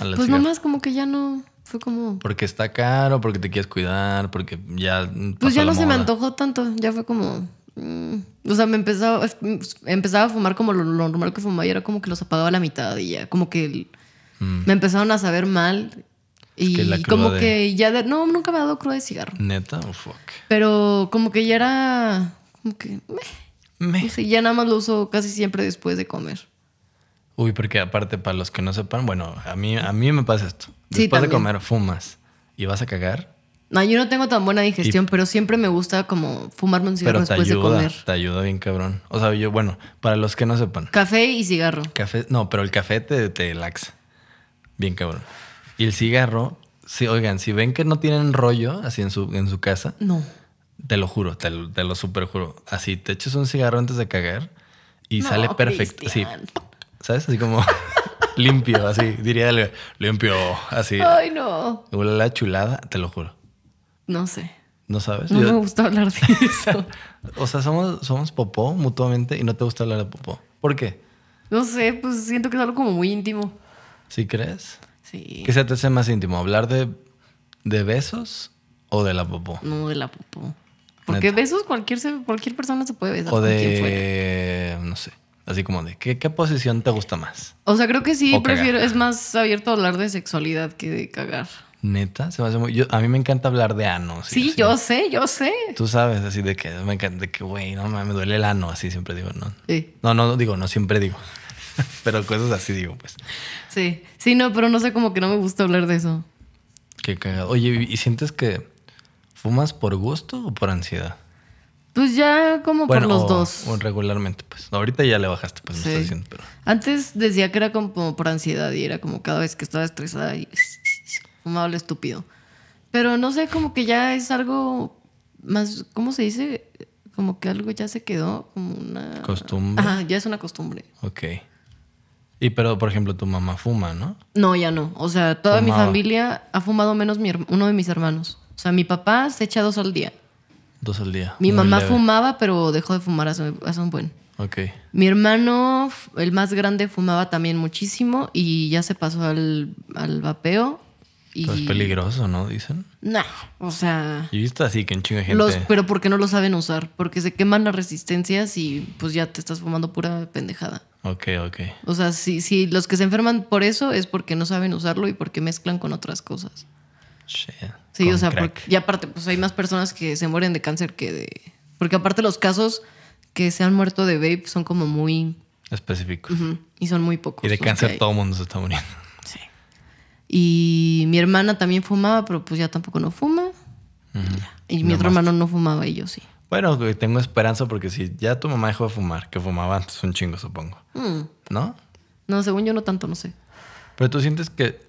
[SPEAKER 2] al
[SPEAKER 1] Pues
[SPEAKER 2] cigarro?
[SPEAKER 1] nomás como que ya no. Fue como.
[SPEAKER 2] Porque está caro, porque te quieres cuidar, porque ya.
[SPEAKER 1] Pues
[SPEAKER 2] pasó
[SPEAKER 1] ya
[SPEAKER 2] la
[SPEAKER 1] no se me
[SPEAKER 2] moda.
[SPEAKER 1] antojó tanto. Ya fue como. mm, o sea, me empezaba, es- empezaba a fumar como lo, lo normal que fumaba y era como que los apagaba a la mitad y ya. Como que el- me empezaron a saber mal. Y
[SPEAKER 2] Mm. que la
[SPEAKER 1] como
[SPEAKER 2] cruda de-
[SPEAKER 1] que ya. de- no, nunca me ha dado cruda de cigarro.
[SPEAKER 2] Neta, oh, fuck.
[SPEAKER 1] Pero como que ya era. Como que. meh,
[SPEAKER 2] Me.
[SPEAKER 1] no sé, ya nada más lo uso casi siempre después de comer.
[SPEAKER 2] Uy, porque aparte, para los que no sepan, bueno, a mí, a mí me pasa esto.
[SPEAKER 1] Sí,
[SPEAKER 2] Después de
[SPEAKER 1] también.
[SPEAKER 2] comer, fumas y vas a cagar,
[SPEAKER 1] No, yo no tengo tan buena digestión, pero siempre me gusta como fumarme un cigarro
[SPEAKER 2] pero te
[SPEAKER 1] después de
[SPEAKER 2] ayuda.
[SPEAKER 1] comer.
[SPEAKER 2] Te ayuda bien, cabrón. O sea, yo, bueno, para los que no sepan,
[SPEAKER 1] Café y cigarro.
[SPEAKER 2] café, no, pero el café te, te laxa. Bien, cabrón. Y el cigarro, sí, oigan, si ven que no tienen rollo así en su, en su casa,
[SPEAKER 1] No.
[SPEAKER 2] Te lo juro, te lo, te lo super juro. Así te echas un cigarro antes de cagar y
[SPEAKER 1] No,
[SPEAKER 2] sale perfecto. Así,
[SPEAKER 1] Cristian.
[SPEAKER 2] ¿sabes? Así como limpio, así diría el- limpio, así.
[SPEAKER 1] Ay, no.
[SPEAKER 2] Huele la chulada, te lo juro.
[SPEAKER 1] No sé.
[SPEAKER 2] ¿No sabes?
[SPEAKER 1] No
[SPEAKER 2] Yo-
[SPEAKER 1] me gusta hablar de eso.
[SPEAKER 2] o sea, somos, somos popó mutuamente y no te gusta hablar de popó. ¿Por qué?
[SPEAKER 1] No sé, pues siento que es algo como muy íntimo.
[SPEAKER 2] ¿Sí crees?
[SPEAKER 1] Sí.
[SPEAKER 2] ¿Qué se te hace más íntimo? ¿Hablar de, de besos o de la popó?
[SPEAKER 1] No de la popó. Porque besos cualquier, se- cualquier persona se puede besar.
[SPEAKER 2] O
[SPEAKER 1] con quien fuera.
[SPEAKER 2] de, no sé, así como de, ¿qué, qué posición te gusta más?
[SPEAKER 1] O sea, creo que sí,
[SPEAKER 2] O cagar.
[SPEAKER 1] prefiero, es más abierto a hablar de sexualidad que de cagar.
[SPEAKER 2] Neta, se me hace muy. yo- a mí me encanta hablar de ano.
[SPEAKER 1] Sí,
[SPEAKER 2] así.
[SPEAKER 1] yo sé, yo sé.
[SPEAKER 2] Tú sabes, así de que me encanta, de que güey, no mames, me duele el ano, así siempre digo, no.
[SPEAKER 1] Sí,
[SPEAKER 2] No, no, digo, no siempre digo. Pero cosas así digo, pues.
[SPEAKER 1] sí. Sí, no, pero no sé, como que no me gusta hablar de eso.
[SPEAKER 2] Qué cagado. Oye, ¿y- ¿y sientes que fumas por gusto o por ansiedad?
[SPEAKER 1] Pues ya como por los
[SPEAKER 2] o-
[SPEAKER 1] dos.
[SPEAKER 2] O regularmente, pues. Ahorita ya le bajaste, pues me
[SPEAKER 1] Sí.
[SPEAKER 2] estás diciendo, pero.
[SPEAKER 1] Antes decía que era como por ansiedad y era como cada vez que estaba estresada y fumaba lo estúpido. Pero no sé, como que ya es algo más, ¿cómo se dice? Como que algo ya se quedó como una...
[SPEAKER 2] Costumbre.
[SPEAKER 1] Ajá, ya es una costumbre.
[SPEAKER 2] Ok. Y pero, por ejemplo, tu mamá fuma, ¿no?
[SPEAKER 1] No, ya no. O sea, toda mi
[SPEAKER 2] Fumaba.
[SPEAKER 1] familia ha fumado menos mi herma- uno de mis hermanos. O sea, mi papá se echa dos al día.
[SPEAKER 2] Dos al día.
[SPEAKER 1] Mi
[SPEAKER 2] Muy
[SPEAKER 1] mamá
[SPEAKER 2] leve.
[SPEAKER 1] fumaba, pero dejó de fumar hace, hace un buen.
[SPEAKER 2] Ok.
[SPEAKER 1] Mi hermano, f- el más grande, fumaba también muchísimo y ya se pasó al, al vapeo. Y...
[SPEAKER 2] Pero es peligroso, ¿no? Dicen.
[SPEAKER 1] Nah, o sea,
[SPEAKER 2] Y viste así que un chingo de gente.
[SPEAKER 1] los, pero porque no lo saben usar, porque se queman las resistencias y pues ya te estás fumando pura pendejada.
[SPEAKER 2] Ok, ok.
[SPEAKER 1] O sea, si, si los que se enferman por eso es porque no saben usarlo y porque mezclan con otras cosas.
[SPEAKER 2] Shit.
[SPEAKER 1] Sí,
[SPEAKER 2] Con
[SPEAKER 1] o sea,
[SPEAKER 2] crack.
[SPEAKER 1] porque- y aparte, pues hay más personas que se mueren de cáncer que de... Porque aparte los casos que se han muerto de vape son como muy...
[SPEAKER 2] Específicos.
[SPEAKER 1] ujú, y son muy pocos.
[SPEAKER 2] Y de
[SPEAKER 1] los que
[SPEAKER 2] cáncer
[SPEAKER 1] hay.
[SPEAKER 2] todo el mundo se está muriendo.
[SPEAKER 1] Sí. Y mi hermana también fumaba, pero pues ya tampoco no fuma. Y ya. Y mi otro hermano no fumaba y yo sí.
[SPEAKER 2] Bueno, güey, tengo esperanza porque si ya tu mamá dejó de fumar, que fumaba antes un chingo, supongo.
[SPEAKER 1] Mm.
[SPEAKER 2] ¿No?
[SPEAKER 1] No, según yo no tanto, no sé.
[SPEAKER 2] Pero tú sientes que.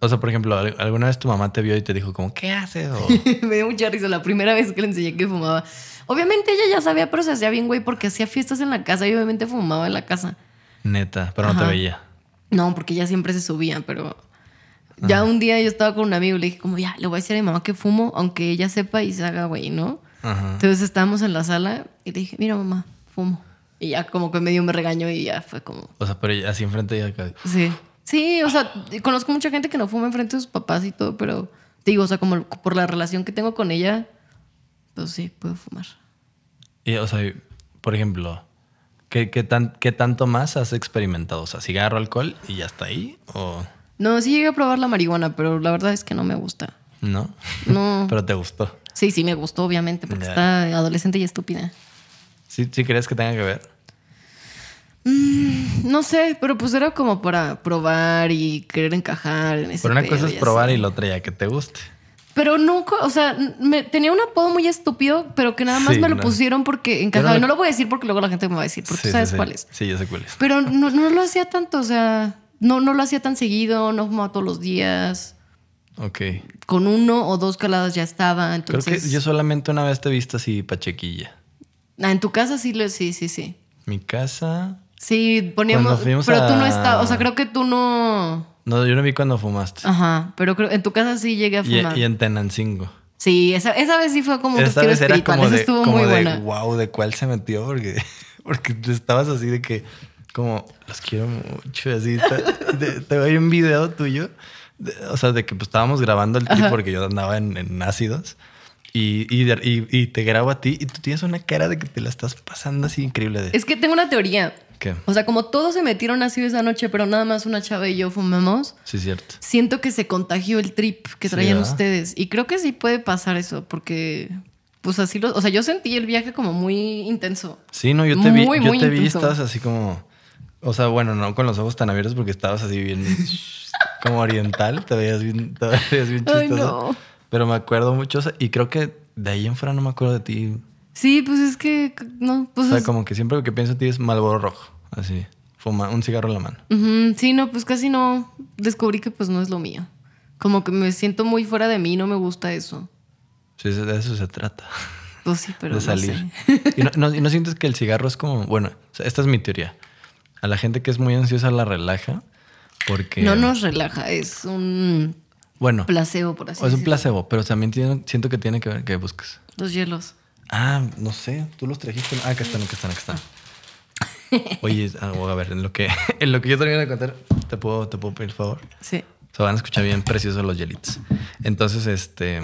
[SPEAKER 2] O sea, por ejemplo, al- alguna vez tu mamá te vio y te dijo, como, ¿qué haces? O,
[SPEAKER 1] Me dio mucha risa la primera vez que le enseñé que fumaba. Obviamente ella ya sabía, pero se hacía bien, güey, porque hacía fiestas en la casa y obviamente fumaba en la casa.
[SPEAKER 2] Neta, pero no te
[SPEAKER 1] Ajá.
[SPEAKER 2] veía.
[SPEAKER 1] No, porque ella siempre se subía, pero ya un día yo estaba con un amigo y le dije, como, ya, le voy a decir a mi mamá que fumo, aunque ella sepa y se haga, güey, ¿no?
[SPEAKER 2] Ajá.
[SPEAKER 1] Entonces estábamos en la sala y le dije, mira, mamá, fumo. Y ya como que medio me regañó y ya fue como,
[SPEAKER 2] O sea, pero ella- así enfrente de ella.
[SPEAKER 1] Sí. Sí, o sea, conozco mucha gente que no fuma enfrente de sus papás y todo, pero te digo, o sea, como por la relación que tengo con ella, pues sí, puedo fumar.
[SPEAKER 2] Y, o sea, por ejemplo, ¿qué, qué, tan, ¿qué tanto más has experimentado? O sea, cigarro, alcohol y ya está ahí. ¿O
[SPEAKER 1] No, sí llegué a probar la marihuana, pero la verdad es que no me gusta.
[SPEAKER 2] no?
[SPEAKER 1] No.
[SPEAKER 2] pero te gustó.
[SPEAKER 1] Sí, sí me gustó, obviamente, porque
[SPEAKER 2] Ya.
[SPEAKER 1] está adolescente y estúpida.
[SPEAKER 2] ¿Sí, ¿Sí crees que tenga que ver?
[SPEAKER 1] No sé, pero pues era como para probar y querer encajar en ese
[SPEAKER 2] Pero una
[SPEAKER 1] pedo
[SPEAKER 2] cosa es
[SPEAKER 1] y así.
[SPEAKER 2] probar y la otra ya que te guste.
[SPEAKER 1] Pero nunca, o sea, me- tenía un apodo muy estúpido, pero que nada más
[SPEAKER 2] Sí,
[SPEAKER 1] me lo
[SPEAKER 2] no.
[SPEAKER 1] pusieron porque encajaba.
[SPEAKER 2] no-
[SPEAKER 1] Y no lo voy a decir porque luego la gente me va a decir, porque tú sabes
[SPEAKER 2] sí.
[SPEAKER 1] cuál es.
[SPEAKER 2] Sí, yo sé cuál es.
[SPEAKER 1] Pero no, no lo hacía tanto, o sea, no, no lo hacía tan seguido, no fumaba todos los días.
[SPEAKER 2] Ok.
[SPEAKER 1] Con uno o dos caladas ya estaba,
[SPEAKER 2] Creo
[SPEAKER 1] entonces...
[SPEAKER 2] que yo solamente una vez te he visto así pachequilla.
[SPEAKER 1] Ah, en tu casa sí, lo, sí, sí, sí.
[SPEAKER 2] Mi casa.
[SPEAKER 1] Sí,
[SPEAKER 2] Cuando
[SPEAKER 1] poníamos...
[SPEAKER 2] fuimos
[SPEAKER 1] Pero tú no
[SPEAKER 2] a-
[SPEAKER 1] estabas, o sea, creo que tú no...
[SPEAKER 2] No, yo no vi cuando fumaste.
[SPEAKER 1] Ajá, pero creo, en tu casa sí llegué a
[SPEAKER 2] y,
[SPEAKER 1] fumar.
[SPEAKER 2] y en Tenancingo.
[SPEAKER 1] Sí, esa, esa vez sí fue como un
[SPEAKER 2] Esta
[SPEAKER 1] retiro
[SPEAKER 2] vez era
[SPEAKER 1] espiritual,
[SPEAKER 2] como
[SPEAKER 1] esa
[SPEAKER 2] de,
[SPEAKER 1] estuvo
[SPEAKER 2] como
[SPEAKER 1] muy
[SPEAKER 2] de
[SPEAKER 1] buena.
[SPEAKER 2] wow, de cuál se metió, porque Porque te estabas así de que, como, los quiero mucho. Así, te, te- te voy a ir un video tuyo. de- o sea, de que pues, estábamos grabando el trip porque yo andaba en, en ácidos. Y, y, de- y- y te grabo a ti y tú tienes una cara de que te la estás pasando así increíble. De,
[SPEAKER 1] Es que tengo una teoría.
[SPEAKER 2] ¿Qué?
[SPEAKER 1] O sea, como todos se metieron así esa noche, pero nada más una chava y yo fumamos,
[SPEAKER 2] Sí, cierto.
[SPEAKER 1] siento que se contagió el trip que
[SPEAKER 2] Sí,
[SPEAKER 1] traían
[SPEAKER 2] ¿verdad?
[SPEAKER 1] ustedes. Y creo que sí puede pasar eso, porque pues así lo... O sea, yo sentí el viaje como muy intenso.
[SPEAKER 2] Sí, no, yo te vi,
[SPEAKER 1] Muy,
[SPEAKER 2] yo
[SPEAKER 1] muy
[SPEAKER 2] te vi y
[SPEAKER 1] intenso.
[SPEAKER 2] estabas así como. O sea, bueno, no con los ojos tan abiertos porque estabas así bien. como oriental. Te veías bien, te veías bien chistoso.
[SPEAKER 1] Ay, no.
[SPEAKER 2] Pero me acuerdo mucho. o sea, Y creo que de ahí en fuera no me acuerdo de ti.
[SPEAKER 1] Sí, pues es que... No,
[SPEAKER 2] O
[SPEAKER 1] pues...
[SPEAKER 2] sea,
[SPEAKER 1] es-
[SPEAKER 2] como que siempre lo que pienso de ti es Malboro Rojo. Así. Fuma un cigarro en la mano.
[SPEAKER 1] Ujú, Sí, no, pues casi no. Descubrí que pues no es lo mío. Como que me siento muy fuera de mí, no me gusta eso.
[SPEAKER 2] Sí, de eso se trata.
[SPEAKER 1] Pues sí, pero
[SPEAKER 2] de
[SPEAKER 1] no
[SPEAKER 2] salir.
[SPEAKER 1] sé.
[SPEAKER 2] y, no, no- y no sientes que el cigarro es como. Bueno, o sea, esta es mi teoría. A la gente que es muy ansiosa la relaja porque.
[SPEAKER 1] No nos relaja, es un
[SPEAKER 2] Bueno.
[SPEAKER 1] placebo, por así
[SPEAKER 2] O es un
[SPEAKER 1] decirlo.
[SPEAKER 2] placebo, pero también tiene- siento que tiene que ver que busques.
[SPEAKER 1] Los hielos.
[SPEAKER 2] Ah, no sé, tú los trajiste. Ah, acá están, acá están, acá están. Oye, ah, bueno, a ver, en lo que, en lo que yo termino de contar, te puedo, te puedo pedir el favor.
[SPEAKER 1] Sí.
[SPEAKER 2] Se van a escuchar bien preciosos los hielitos. Entonces, este,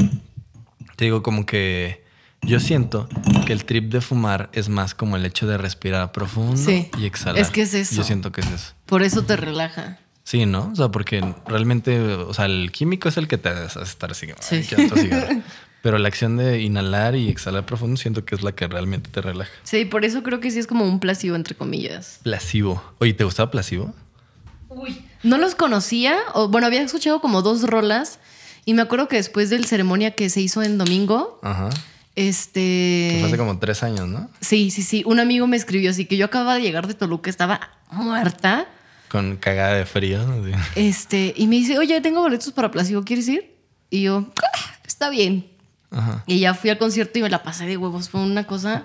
[SPEAKER 2] te digo como que yo siento que el trip de fumar es más como el hecho de respirar profundo
[SPEAKER 1] Sí.
[SPEAKER 2] y exhalar.
[SPEAKER 1] Es que es eso.
[SPEAKER 2] Yo siento que es eso.
[SPEAKER 1] Por eso te relaja.
[SPEAKER 2] Sí, ¿no? O sea, porque realmente, o sea, el químico es el que te hace estar así. "Ay,
[SPEAKER 1] Sí.
[SPEAKER 2] quiero otro cigarro". Pero la acción de inhalar y exhalar profundo siento que es la que realmente te relaja.
[SPEAKER 1] Sí, por eso creo que sí es como un placebo, entre comillas.
[SPEAKER 2] Placebo. Oye, ¿te gustaba placebo?
[SPEAKER 1] Uy. No los conocía, o bueno, había escuchado como dos rolas. Y me acuerdo que después del ceremonia que se hizo en domingo,
[SPEAKER 2] Ajá.
[SPEAKER 1] este.
[SPEAKER 2] Que fue hace como tres años, ¿no?
[SPEAKER 1] Sí, sí, sí. Un amigo me escribió así que yo acababa de llegar de Toluca, estaba muerta.
[SPEAKER 2] Con cagada de frío. ¿no? Sí.
[SPEAKER 1] Este, y me dice, oye, tengo boletos para Placebo, ¿quieres ir? Y yo, "Ah, está bien.
[SPEAKER 2] Ajá.
[SPEAKER 1] Y ya fui al concierto y me la pasé de huevos. Fue una cosa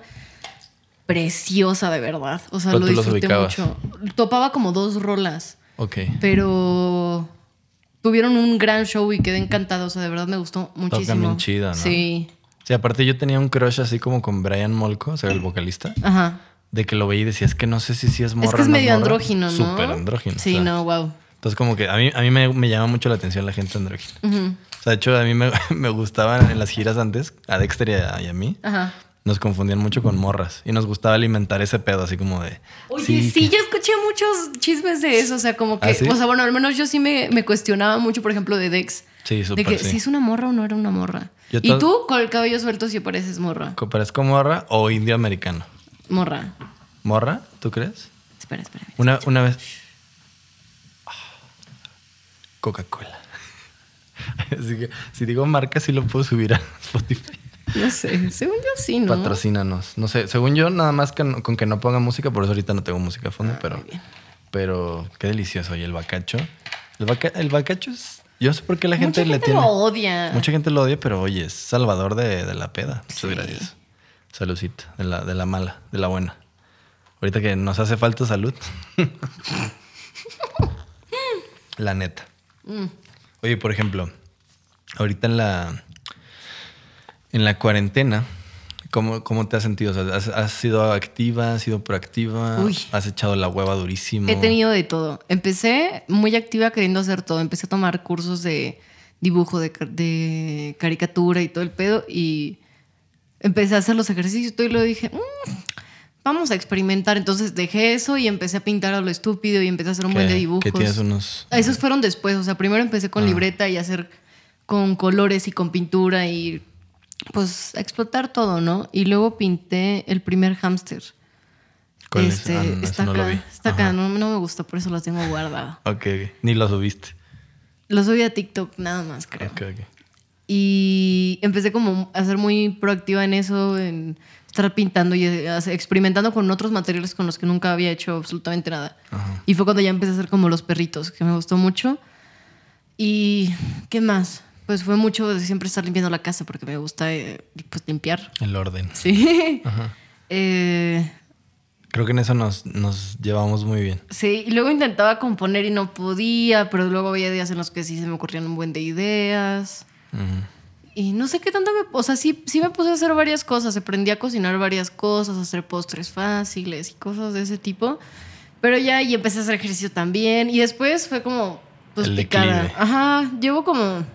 [SPEAKER 1] preciosa, de verdad. O sea,
[SPEAKER 2] Pero
[SPEAKER 1] lo
[SPEAKER 2] tú los
[SPEAKER 1] disfruté
[SPEAKER 2] ubicabas.
[SPEAKER 1] mucho. Topaba como dos rolas,
[SPEAKER 2] Ok.
[SPEAKER 1] pero tuvieron un gran show y quedé encantada. O sea, de verdad me gustó muchísimo.
[SPEAKER 2] bien chido, ¿no?
[SPEAKER 1] Sí.
[SPEAKER 2] Sí, aparte yo tenía un crush así como con Brian Molko, o sea, el vocalista,
[SPEAKER 1] Ajá.
[SPEAKER 2] de que lo veía y decía, es que no sé si sí es morra
[SPEAKER 1] es que es
[SPEAKER 2] o no
[SPEAKER 1] medio
[SPEAKER 2] morra".
[SPEAKER 1] andrógino, ¿no?
[SPEAKER 2] Súper andrógino.
[SPEAKER 1] Sí,
[SPEAKER 2] o sea.
[SPEAKER 1] no, wow.
[SPEAKER 2] Entonces, como que a mí, a mí me, me llama mucho la atención la gente andrógina. O sea, de hecho, a mí me, me gustaban en las giras antes, a Dexter y a, y a mí,
[SPEAKER 1] Ajá.
[SPEAKER 2] nos confundían mucho con morras y nos gustaba alimentar ese pedo, así como de.
[SPEAKER 1] Oye, sí,
[SPEAKER 2] "Sí, que-
[SPEAKER 1] yo escuché muchos chismes de eso. O sea, como que,
[SPEAKER 2] ¿Ah, sí?
[SPEAKER 1] o sea, bueno, al menos yo sí me, me cuestionaba mucho, por ejemplo, de Dex.
[SPEAKER 2] Sí,
[SPEAKER 1] de
[SPEAKER 2] súper.
[SPEAKER 1] que
[SPEAKER 2] sí.
[SPEAKER 1] si es una morra o no era una morra.
[SPEAKER 2] Yo
[SPEAKER 1] y
[SPEAKER 2] to-
[SPEAKER 1] tú con el cabello suelto si pareces morra.
[SPEAKER 2] Co- Parezco morra o indio americano.
[SPEAKER 1] Morra.
[SPEAKER 2] ¿Morra? ¿Tú crees?
[SPEAKER 1] Espera, espera. mira.
[SPEAKER 2] Una, una vez. Ah, Coca-Cola. Así que si digo marca, sí lo puedo subir a Spotify.
[SPEAKER 1] No sé, según yo sí, ¿no?
[SPEAKER 2] Patrocínanos. No sé, según yo, nada más que no- con que no ponga música, por eso ahorita no tengo música de fondo,
[SPEAKER 1] Ah,
[SPEAKER 2] pero, pero qué delicioso. Y el bacacho. El, baca- el bacacho es. Yo no sé por qué la
[SPEAKER 1] Mucha
[SPEAKER 2] gente,
[SPEAKER 1] gente,
[SPEAKER 2] le tiene.
[SPEAKER 1] lo odia.
[SPEAKER 2] Mucha gente lo odia, pero oye, es salvador de, de la peda. Muchas
[SPEAKER 1] Sí.
[SPEAKER 2] gracias. Saludcita, de la, de la mala, de la buena. Ahorita que nos hace falta salud. la neta.
[SPEAKER 1] Mm.
[SPEAKER 2] Oye, por ejemplo, ahorita en la, en la cuarentena, ¿cómo, cómo te has sentido? O sea, ¿has, has sido activa? ¿Has sido proactiva?
[SPEAKER 1] Uy.
[SPEAKER 2] ¿Has echado la hueva durísimo?
[SPEAKER 1] He tenido de todo. Empecé muy activa queriendo hacer todo. Empecé a tomar cursos de dibujo, de, car- de caricatura y todo el pedo. Y empecé a hacer los ejercicios y todo. Y luego dije, "Mm, vamos a experimentar. Entonces dejé eso y empecé a pintar a lo estúpido y empecé a hacer un buen de dibujos.
[SPEAKER 2] Que tienes unos... Ah.
[SPEAKER 1] Esos fueron después, o sea, primero empecé con libreta y hacer con colores y con pintura y pues a explotar todo, ¿no? Y luego pinté el primer hámster.
[SPEAKER 2] ¿Cuál es?
[SPEAKER 1] Este,
[SPEAKER 2] Ah, no, ese
[SPEAKER 1] está
[SPEAKER 2] no
[SPEAKER 1] acá,
[SPEAKER 2] lo vi.
[SPEAKER 1] está acá,
[SPEAKER 2] Ajá.
[SPEAKER 1] no, no me gusta, por eso lo tengo guardado.
[SPEAKER 2] Ok, ok. ni lo subiste.
[SPEAKER 1] Lo subí a TikTok nada más, creo.
[SPEAKER 2] Ok, ok.
[SPEAKER 1] Y empecé como a ser muy proactiva en eso, en estar pintando y eh, hacer- experimentando con otros materiales con los que nunca había hecho absolutamente nada.
[SPEAKER 2] Ajá.
[SPEAKER 1] Y fue cuando ya empecé a hacer como los perritos, que me gustó mucho. ¿Y qué más? Pues fue mucho de siempre estar limpiando la casa porque me gusta eh, pues, limpiar.
[SPEAKER 2] El orden.
[SPEAKER 1] Sí. Eh,
[SPEAKER 2] Creo que en eso nos, nos llevamos muy bien.
[SPEAKER 1] sí, y luego intentaba componer y no podía, pero luego había días en los que sí se me ocurrían un buen de ideas.
[SPEAKER 2] Ujú.
[SPEAKER 1] Y no sé qué tanto me... O sea, sí, sí me puse a hacer varias cosas. Aprendí a cocinar varias cosas, a hacer postres fáciles y cosas de ese tipo. Pero ya, y empecé a hacer ejercicio también. Y después fue como... Pues
[SPEAKER 2] El
[SPEAKER 1] picada.
[SPEAKER 2] declive.
[SPEAKER 1] Ajá, llevo como...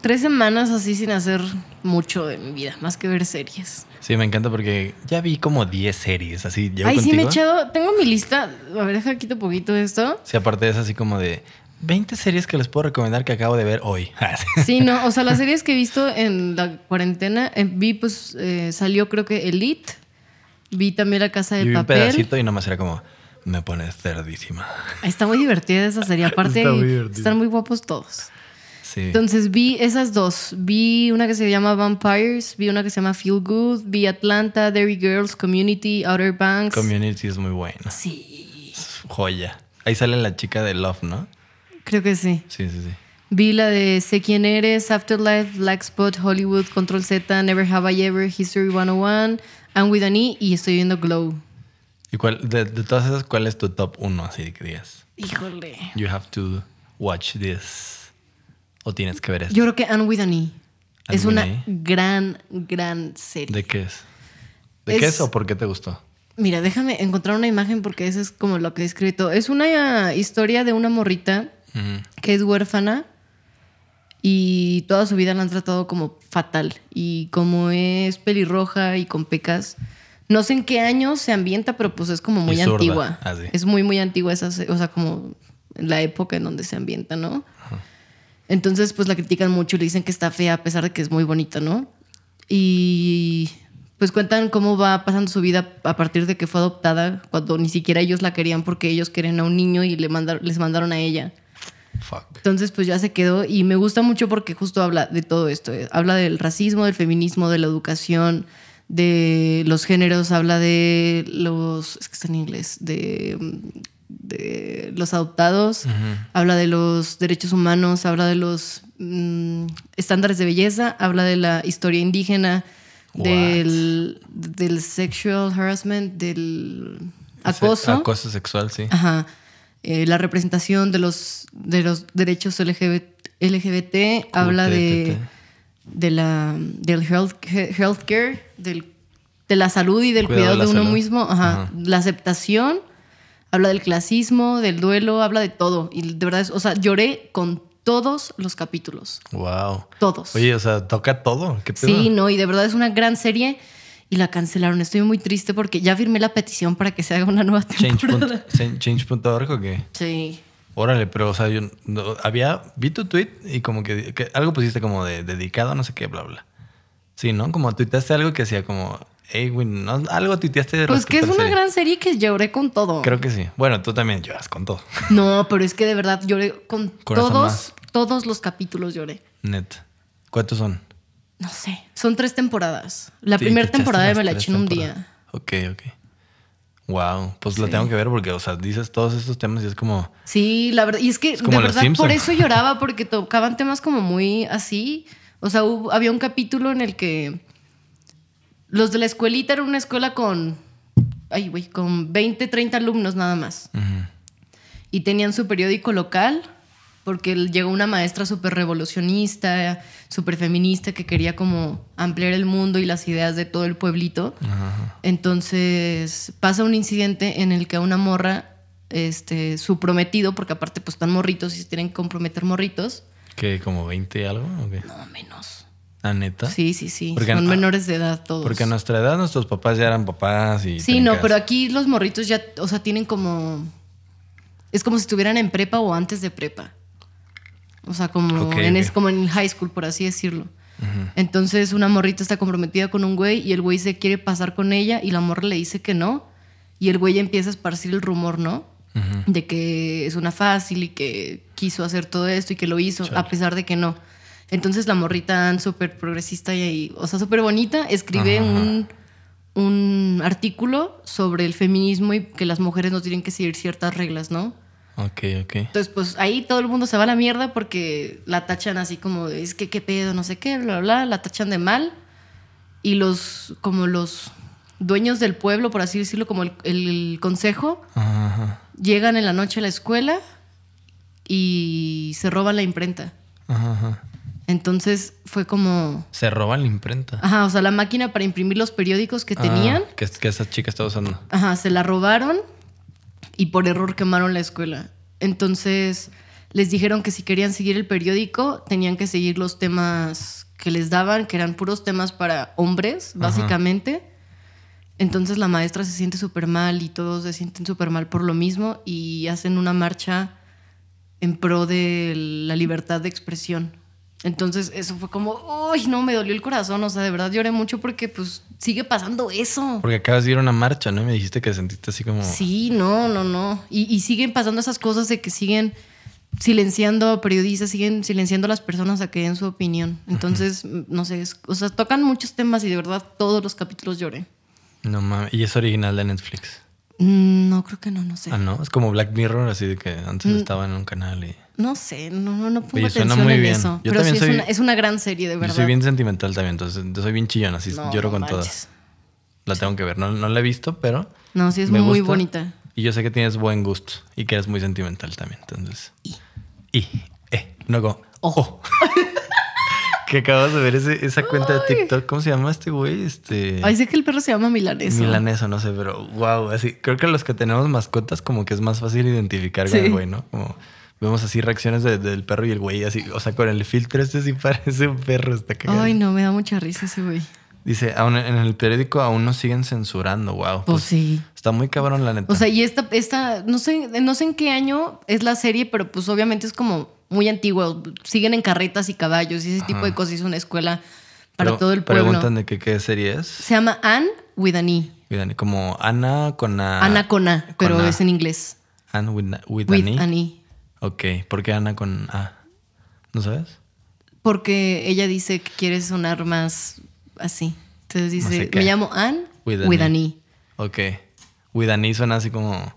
[SPEAKER 1] Tres semanas así sin hacer mucho de mi vida, más que ver series.
[SPEAKER 2] Sí, me encanta porque ya vi como 10 series, así, llevo
[SPEAKER 1] Ay, sí, me he
[SPEAKER 2] contigo.
[SPEAKER 1] echado... Tengo mi lista... A ver, deja quito poquito esto.
[SPEAKER 2] Sí, aparte es así como de 20 series que les puedo recomendar que acabo de ver hoy.
[SPEAKER 1] Sí, no, o sea, las series que he visto en la cuarentena, eh, vi, pues, eh, salió creo que Elite, vi también La Casa
[SPEAKER 2] y
[SPEAKER 1] de
[SPEAKER 2] vi un
[SPEAKER 1] Papel.
[SPEAKER 2] pedacito y nomás era como, me pones cerdísima.
[SPEAKER 1] Ah, Está muy divertida esa serie, aparte
[SPEAKER 2] Está muy divertida.
[SPEAKER 1] están muy guapos todos.
[SPEAKER 2] Sí.
[SPEAKER 1] Entonces vi esas dos, vi una que se llama Vampires, vi una que se llama Feel Good, vi Atlanta, Dairy Girls, Community, Outer Banks.
[SPEAKER 2] Community es muy bueno.
[SPEAKER 1] sí,
[SPEAKER 2] Es joya. Ahí sale la chica de Love, ¿no?
[SPEAKER 1] creo que sí.
[SPEAKER 2] Sí, sí, sí.
[SPEAKER 1] Vi la de Sé quién eres, Afterlife, Black Spot, Hollywood, Control Z, Never Have I Ever, History 101, I'm with an E y estoy viendo Glow.
[SPEAKER 2] ¿Y cuál, de, de todas esas, cuál es tu top uno? Así que digas,
[SPEAKER 1] Híjole.
[SPEAKER 2] you have to watch this. O tienes que ver esto.
[SPEAKER 1] Yo creo que I'm with an E.
[SPEAKER 2] I'm
[SPEAKER 1] Es
[SPEAKER 2] with
[SPEAKER 1] una
[SPEAKER 2] an E.
[SPEAKER 1] gran, gran serie.
[SPEAKER 2] ¿De qué es? ¿De
[SPEAKER 1] Es-
[SPEAKER 2] qué es o por qué te gustó?
[SPEAKER 1] Mira, déjame encontrar una imagen porque eso es como lo que he escrito. Es una historia de una morrita
[SPEAKER 2] Ujú.
[SPEAKER 1] que es huérfana y toda su vida la han tratado como fatal. Y como es pelirroja y con pecas, no sé en qué año se ambienta, pero pues es como muy
[SPEAKER 2] zurda,
[SPEAKER 1] antigua.
[SPEAKER 2] así.
[SPEAKER 1] Es muy, muy antigua esa, se- o sea, como la época en donde se ambienta, ¿no? Entonces, pues la critican mucho y le dicen que está fea a pesar de que es muy bonita, ¿no? Y pues cuentan cómo va pasando su vida a partir de que fue adoptada, cuando ni siquiera ellos la querían porque ellos querían a un niño y le mandaron, les mandaron a ella.
[SPEAKER 2] Fuck.
[SPEAKER 1] Entonces, pues ya se quedó y me gusta mucho porque justo habla de todo esto. eh. Habla del racismo, del feminismo, de la educación, de los géneros, habla de los. Es que está en inglés. De, mm, de los adoptados, habla de los derechos humanos, habla de los mm, estándares de belleza, habla de la historia indígena,
[SPEAKER 2] What?
[SPEAKER 1] del, del sexual harassment, del acoso.
[SPEAKER 2] Acoso sexual, sí.
[SPEAKER 1] Ajá. Eh, la representación de los, de los derechos LGBT, LGBT habla de, de la, del health, he- healthcare, del, de la salud y del
[SPEAKER 2] Cuidado
[SPEAKER 1] cuidado,
[SPEAKER 2] de la
[SPEAKER 1] de uno
[SPEAKER 2] salud.
[SPEAKER 1] mismo. Ajá.
[SPEAKER 2] Ajá.
[SPEAKER 1] La aceptación, habla del clasismo, del duelo, habla de todo. Y de verdad, es- o sea, lloré con todos los capítulos.
[SPEAKER 2] Wow.
[SPEAKER 1] Todos.
[SPEAKER 2] Oye, o sea, toca todo. ¿Qué pedo?
[SPEAKER 1] Sí, no, y de verdad es una gran serie y la cancelaron. Estoy muy triste porque ya firmé la petición para que se haga una nueva
[SPEAKER 2] Change punto-
[SPEAKER 1] temporada.
[SPEAKER 2] chan- Change.org o qué?
[SPEAKER 1] Sí.
[SPEAKER 2] Órale, pero o sea, yo no- había, vi tu tweet y como que, que algo pusiste como de dedicado, no sé qué, bla, bla. Sí, ¿no? Como tuiteaste algo que hacía como, hey, güey, ¿no? algo tuiteaste.
[SPEAKER 1] Pues que es
[SPEAKER 2] respecto a
[SPEAKER 1] una
[SPEAKER 2] la serie.
[SPEAKER 1] gran serie que lloré con todo.
[SPEAKER 2] Creo que sí. Bueno, tú también lloras con todo,
[SPEAKER 1] No, pero es que de verdad lloré con
[SPEAKER 2] Corazón
[SPEAKER 1] todos,
[SPEAKER 2] más.
[SPEAKER 1] todos los capítulos lloré.
[SPEAKER 2] net. ¿Cuántos son?
[SPEAKER 1] No sé. Son tres temporadas. La
[SPEAKER 2] Sí,
[SPEAKER 1] primera
[SPEAKER 2] tuiteaste
[SPEAKER 1] temporada
[SPEAKER 2] las
[SPEAKER 1] me la
[SPEAKER 2] tres
[SPEAKER 1] eché en un
[SPEAKER 2] temporadas.
[SPEAKER 1] día.
[SPEAKER 2] Ok, ok. Wow, pues lo tengo que ver porque, o sea, dices todos estos temas y es como,
[SPEAKER 1] Sí, la verdad. Y es que
[SPEAKER 2] Es como
[SPEAKER 1] de
[SPEAKER 2] Los
[SPEAKER 1] verdad
[SPEAKER 2] Simpson.
[SPEAKER 1] por eso lloraba, porque tocaban temas como muy así. O sea, hubo- había un capítulo en el que los de la escuelita era una escuela con. Ay, güey, con 20, 30 alumnos nada más. Y tenían su periódico local, porque llegó una maestra súper revolucionista, súper feminista, que quería como ampliar el mundo y las ideas de todo el pueblito. Entonces pasa un incidente en el que a una morra, este, su prometido, porque aparte pues están morritos y se tienen que comprometer morritos.
[SPEAKER 2] ¿qué? ¿Como 20 algo? ¿O qué?
[SPEAKER 1] No, menos.
[SPEAKER 2] ¿La neta?
[SPEAKER 1] Sí, sí, sí.
[SPEAKER 2] Porque-
[SPEAKER 1] Son
[SPEAKER 2] ah,
[SPEAKER 1] menores de edad todos.
[SPEAKER 2] Porque a nuestra edad nuestros papás ya eran papás y...
[SPEAKER 1] Sí, no,
[SPEAKER 2] tenías-
[SPEAKER 1] pero aquí los morritos ya, o sea, tienen como... Es como si estuvieran en prepa o antes de prepa. O sea, como,
[SPEAKER 2] Ok,
[SPEAKER 1] en,
[SPEAKER 2] ok.
[SPEAKER 1] es como en high school, por así decirlo. Entonces una morrita está comprometida con un güey y el güey se quiere pasar con ella y la morra le dice que no. Y el güey empieza a esparcir el rumor, ¿no? De que es una fácil y que quiso hacer todo esto y que lo hizo, a pesar de que no. Entonces la morrita Ann, súper progresista y, y, o sea, súper bonita, escribe
[SPEAKER 2] Ajá, ajá.
[SPEAKER 1] un, un artículo sobre el feminismo y que las mujeres no tienen que seguir ciertas reglas, ¿no?
[SPEAKER 2] Ok, ok.
[SPEAKER 1] Entonces, pues ahí todo el mundo se va a la mierda porque la tachan así como, de, es que qué pedo, no sé qué, bla, bla, bla, la tachan de mal. Y los, como los dueños del pueblo, por así decirlo, como el, el consejo,
[SPEAKER 2] Ajá, ajá.
[SPEAKER 1] llegan en la noche a la escuela y se roban la imprenta.
[SPEAKER 2] Ajá, ajá.
[SPEAKER 1] Entonces fue como...
[SPEAKER 2] Se roban la imprenta.
[SPEAKER 1] Ajá, o sea, la máquina para imprimir los periódicos que Ah, tenían,
[SPEAKER 2] Ah, que, que esa chica está usando.
[SPEAKER 1] ajá, se la robaron y por error quemaron la escuela. Entonces les dijeron que si querían seguir el periódico, tenían que seguir los temas que les daban, que eran puros temas para hombres,
[SPEAKER 2] Ajá.
[SPEAKER 1] básicamente. Entonces la maestra se siente súper mal y todos se sienten súper mal por lo mismo y hacen una marcha en pro de la libertad de expresión. Entonces eso fue como, uy, no, me dolió el corazón, o sea, de verdad lloré mucho porque pues sigue pasando eso.
[SPEAKER 2] Porque acabas de ir a una marcha, ¿no? Y Me dijiste que sentiste así como.
[SPEAKER 1] Sí, no, no, no. Y, y siguen pasando esas cosas de que siguen silenciando a periodistas, siguen silenciando a las personas a que den su opinión. Entonces, mm, no sé, es- o sea, tocan muchos temas y de verdad todos los capítulos lloré.
[SPEAKER 2] No mames. Y es original de Netflix.
[SPEAKER 1] Mm, No, creo que no, no sé.
[SPEAKER 2] Ah, no. Es como Black Mirror, así de que antes
[SPEAKER 1] Mm.
[SPEAKER 2] estaba en un canal y.
[SPEAKER 1] No sé, no, no, no pongo
[SPEAKER 2] Oye, suena
[SPEAKER 1] atención
[SPEAKER 2] muy
[SPEAKER 1] en
[SPEAKER 2] bien.
[SPEAKER 1] eso.
[SPEAKER 2] Yo
[SPEAKER 1] pero sí
[SPEAKER 2] también
[SPEAKER 1] es,
[SPEAKER 2] soy-
[SPEAKER 1] una, es una gran serie, de
[SPEAKER 2] Yo
[SPEAKER 1] verdad.
[SPEAKER 2] soy bien sentimental también, entonces yo soy bien chillón, así
[SPEAKER 1] No,
[SPEAKER 2] lloro
[SPEAKER 1] no
[SPEAKER 2] con todas.
[SPEAKER 1] manches.
[SPEAKER 2] La tengo que ver. No, no la he visto, pero.
[SPEAKER 1] No, sí es
[SPEAKER 2] me
[SPEAKER 1] muy
[SPEAKER 2] gusta.
[SPEAKER 1] bonita.
[SPEAKER 2] Y yo sé que tienes buen gusto y que eres muy sentimental también, entonces. Y. eh. No como.
[SPEAKER 1] Oh.
[SPEAKER 2] Ojo. que acabas de ver ese- esa cuenta de TikTok. ¿Cómo se llama este güey? Este.
[SPEAKER 1] Ay, sé que el perro se llama Milanes.
[SPEAKER 2] Milaneso, no sé, pero wow, así. Creo que los que tenemos mascotas, como que es más fácil identificar con
[SPEAKER 1] Sí.
[SPEAKER 2] el güey, ¿no? Como vemos así reacciones de- del perro y el güey, así, o sea, con el filtro este sí parece un perro, está cagado.
[SPEAKER 1] Ay, no, me da mucha risa ese güey.
[SPEAKER 2] Pues Dice, aún en el periódico aún nos siguen censurando, wow.
[SPEAKER 1] Pues sí.
[SPEAKER 2] Está muy cabrón, la neta.
[SPEAKER 1] O sea, y esta, esta, no sé, no sé en qué año es la serie, pero pues obviamente es como muy antigua. Siguen en carretas y caballos y ese tipo de cosas. Es una escuela para
[SPEAKER 2] Pero
[SPEAKER 1] todo el pueblo.
[SPEAKER 2] Preguntan de qué, qué serie es.
[SPEAKER 1] Se llama Anne with an E.
[SPEAKER 2] Miran, Como Ana con A.
[SPEAKER 1] Ana con A, pero
[SPEAKER 2] Ah, con A.
[SPEAKER 1] es en inglés.
[SPEAKER 2] Anne with, with
[SPEAKER 1] With
[SPEAKER 2] an E.
[SPEAKER 1] an E.
[SPEAKER 2] Ok, ¿por qué Ana con A? ¿No sabes?
[SPEAKER 1] Porque ella dice que quiere sonar más así. Entonces
[SPEAKER 2] Más de
[SPEAKER 1] dice,
[SPEAKER 2] qué.
[SPEAKER 1] me llamo Anne
[SPEAKER 2] With
[SPEAKER 1] with,
[SPEAKER 2] an E.
[SPEAKER 1] an E.
[SPEAKER 2] Ok. Widani suena así como,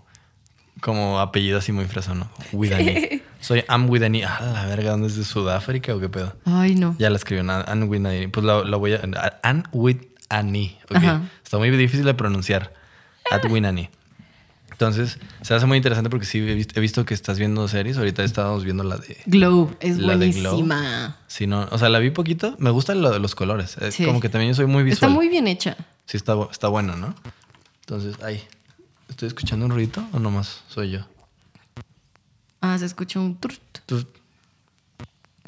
[SPEAKER 2] como apellido así muy fresa, ¿no? Widani. Soy Am Widani. Ah, la verga, ¿dónde es de Sudáfrica o qué pedo?
[SPEAKER 1] Ay, no.
[SPEAKER 2] Ya la escribió An Ann Widani. Pues la, la voy a. Ann Widani. Ok.
[SPEAKER 1] Ajá. Eh.
[SPEAKER 2] Está muy difícil de pronunciar. At Winani. Entonces, se hace muy interesante porque sí he visto, he visto que estás viendo series. Ahorita estábamos viendo la de.
[SPEAKER 1] Glow es
[SPEAKER 2] La de Glow.
[SPEAKER 1] buenísima.
[SPEAKER 2] Sí, no. O sea, la vi poquito. Me gusta lo de los colores. Es
[SPEAKER 1] Sí.
[SPEAKER 2] Como que también yo soy muy
[SPEAKER 1] Está
[SPEAKER 2] visual.
[SPEAKER 1] muy bien hecha.
[SPEAKER 2] Sí, está, bu- está bueno, ¿no? Entonces, ahí. ¿Estoy escuchando un ruido o nomás soy yo?
[SPEAKER 1] Ah, se escucha un... trut.
[SPEAKER 2] Tú-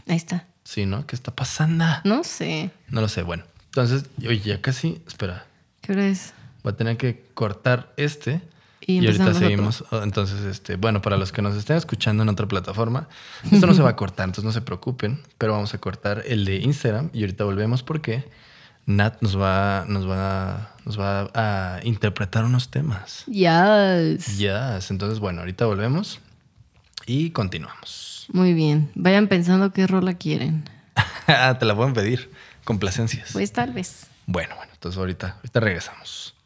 [SPEAKER 1] Ahí está.
[SPEAKER 2] Sí, ¿no? ¿Qué está pasando?
[SPEAKER 1] No sé.
[SPEAKER 2] No lo sé. Bueno, entonces, oye, ya casi. Espera.
[SPEAKER 1] ¿Qué hora es?
[SPEAKER 2] Voy a tener que cortar este.
[SPEAKER 1] Y
[SPEAKER 2] Y, ahorita
[SPEAKER 1] empezamos otro.
[SPEAKER 2] seguimos. Oh, Entonces, este, bueno, para los que nos estén escuchando en otra plataforma, esto no se va a cortar, entonces no se preocupen, pero vamos a cortar el de Instagram y ahorita volvemos porque Nat nos va, nos va, nos va a interpretar unos temas.
[SPEAKER 1] Yes.
[SPEAKER 2] Ya, entonces, bueno, ahorita volvemos y continuamos.
[SPEAKER 1] Muy bien. Vayan pensando qué rola quieren.
[SPEAKER 2] Ah, Te la pueden pedir. Complacencias.
[SPEAKER 1] Pues tal vez.
[SPEAKER 2] Bueno, bueno, entonces ahorita, ahorita regresamos.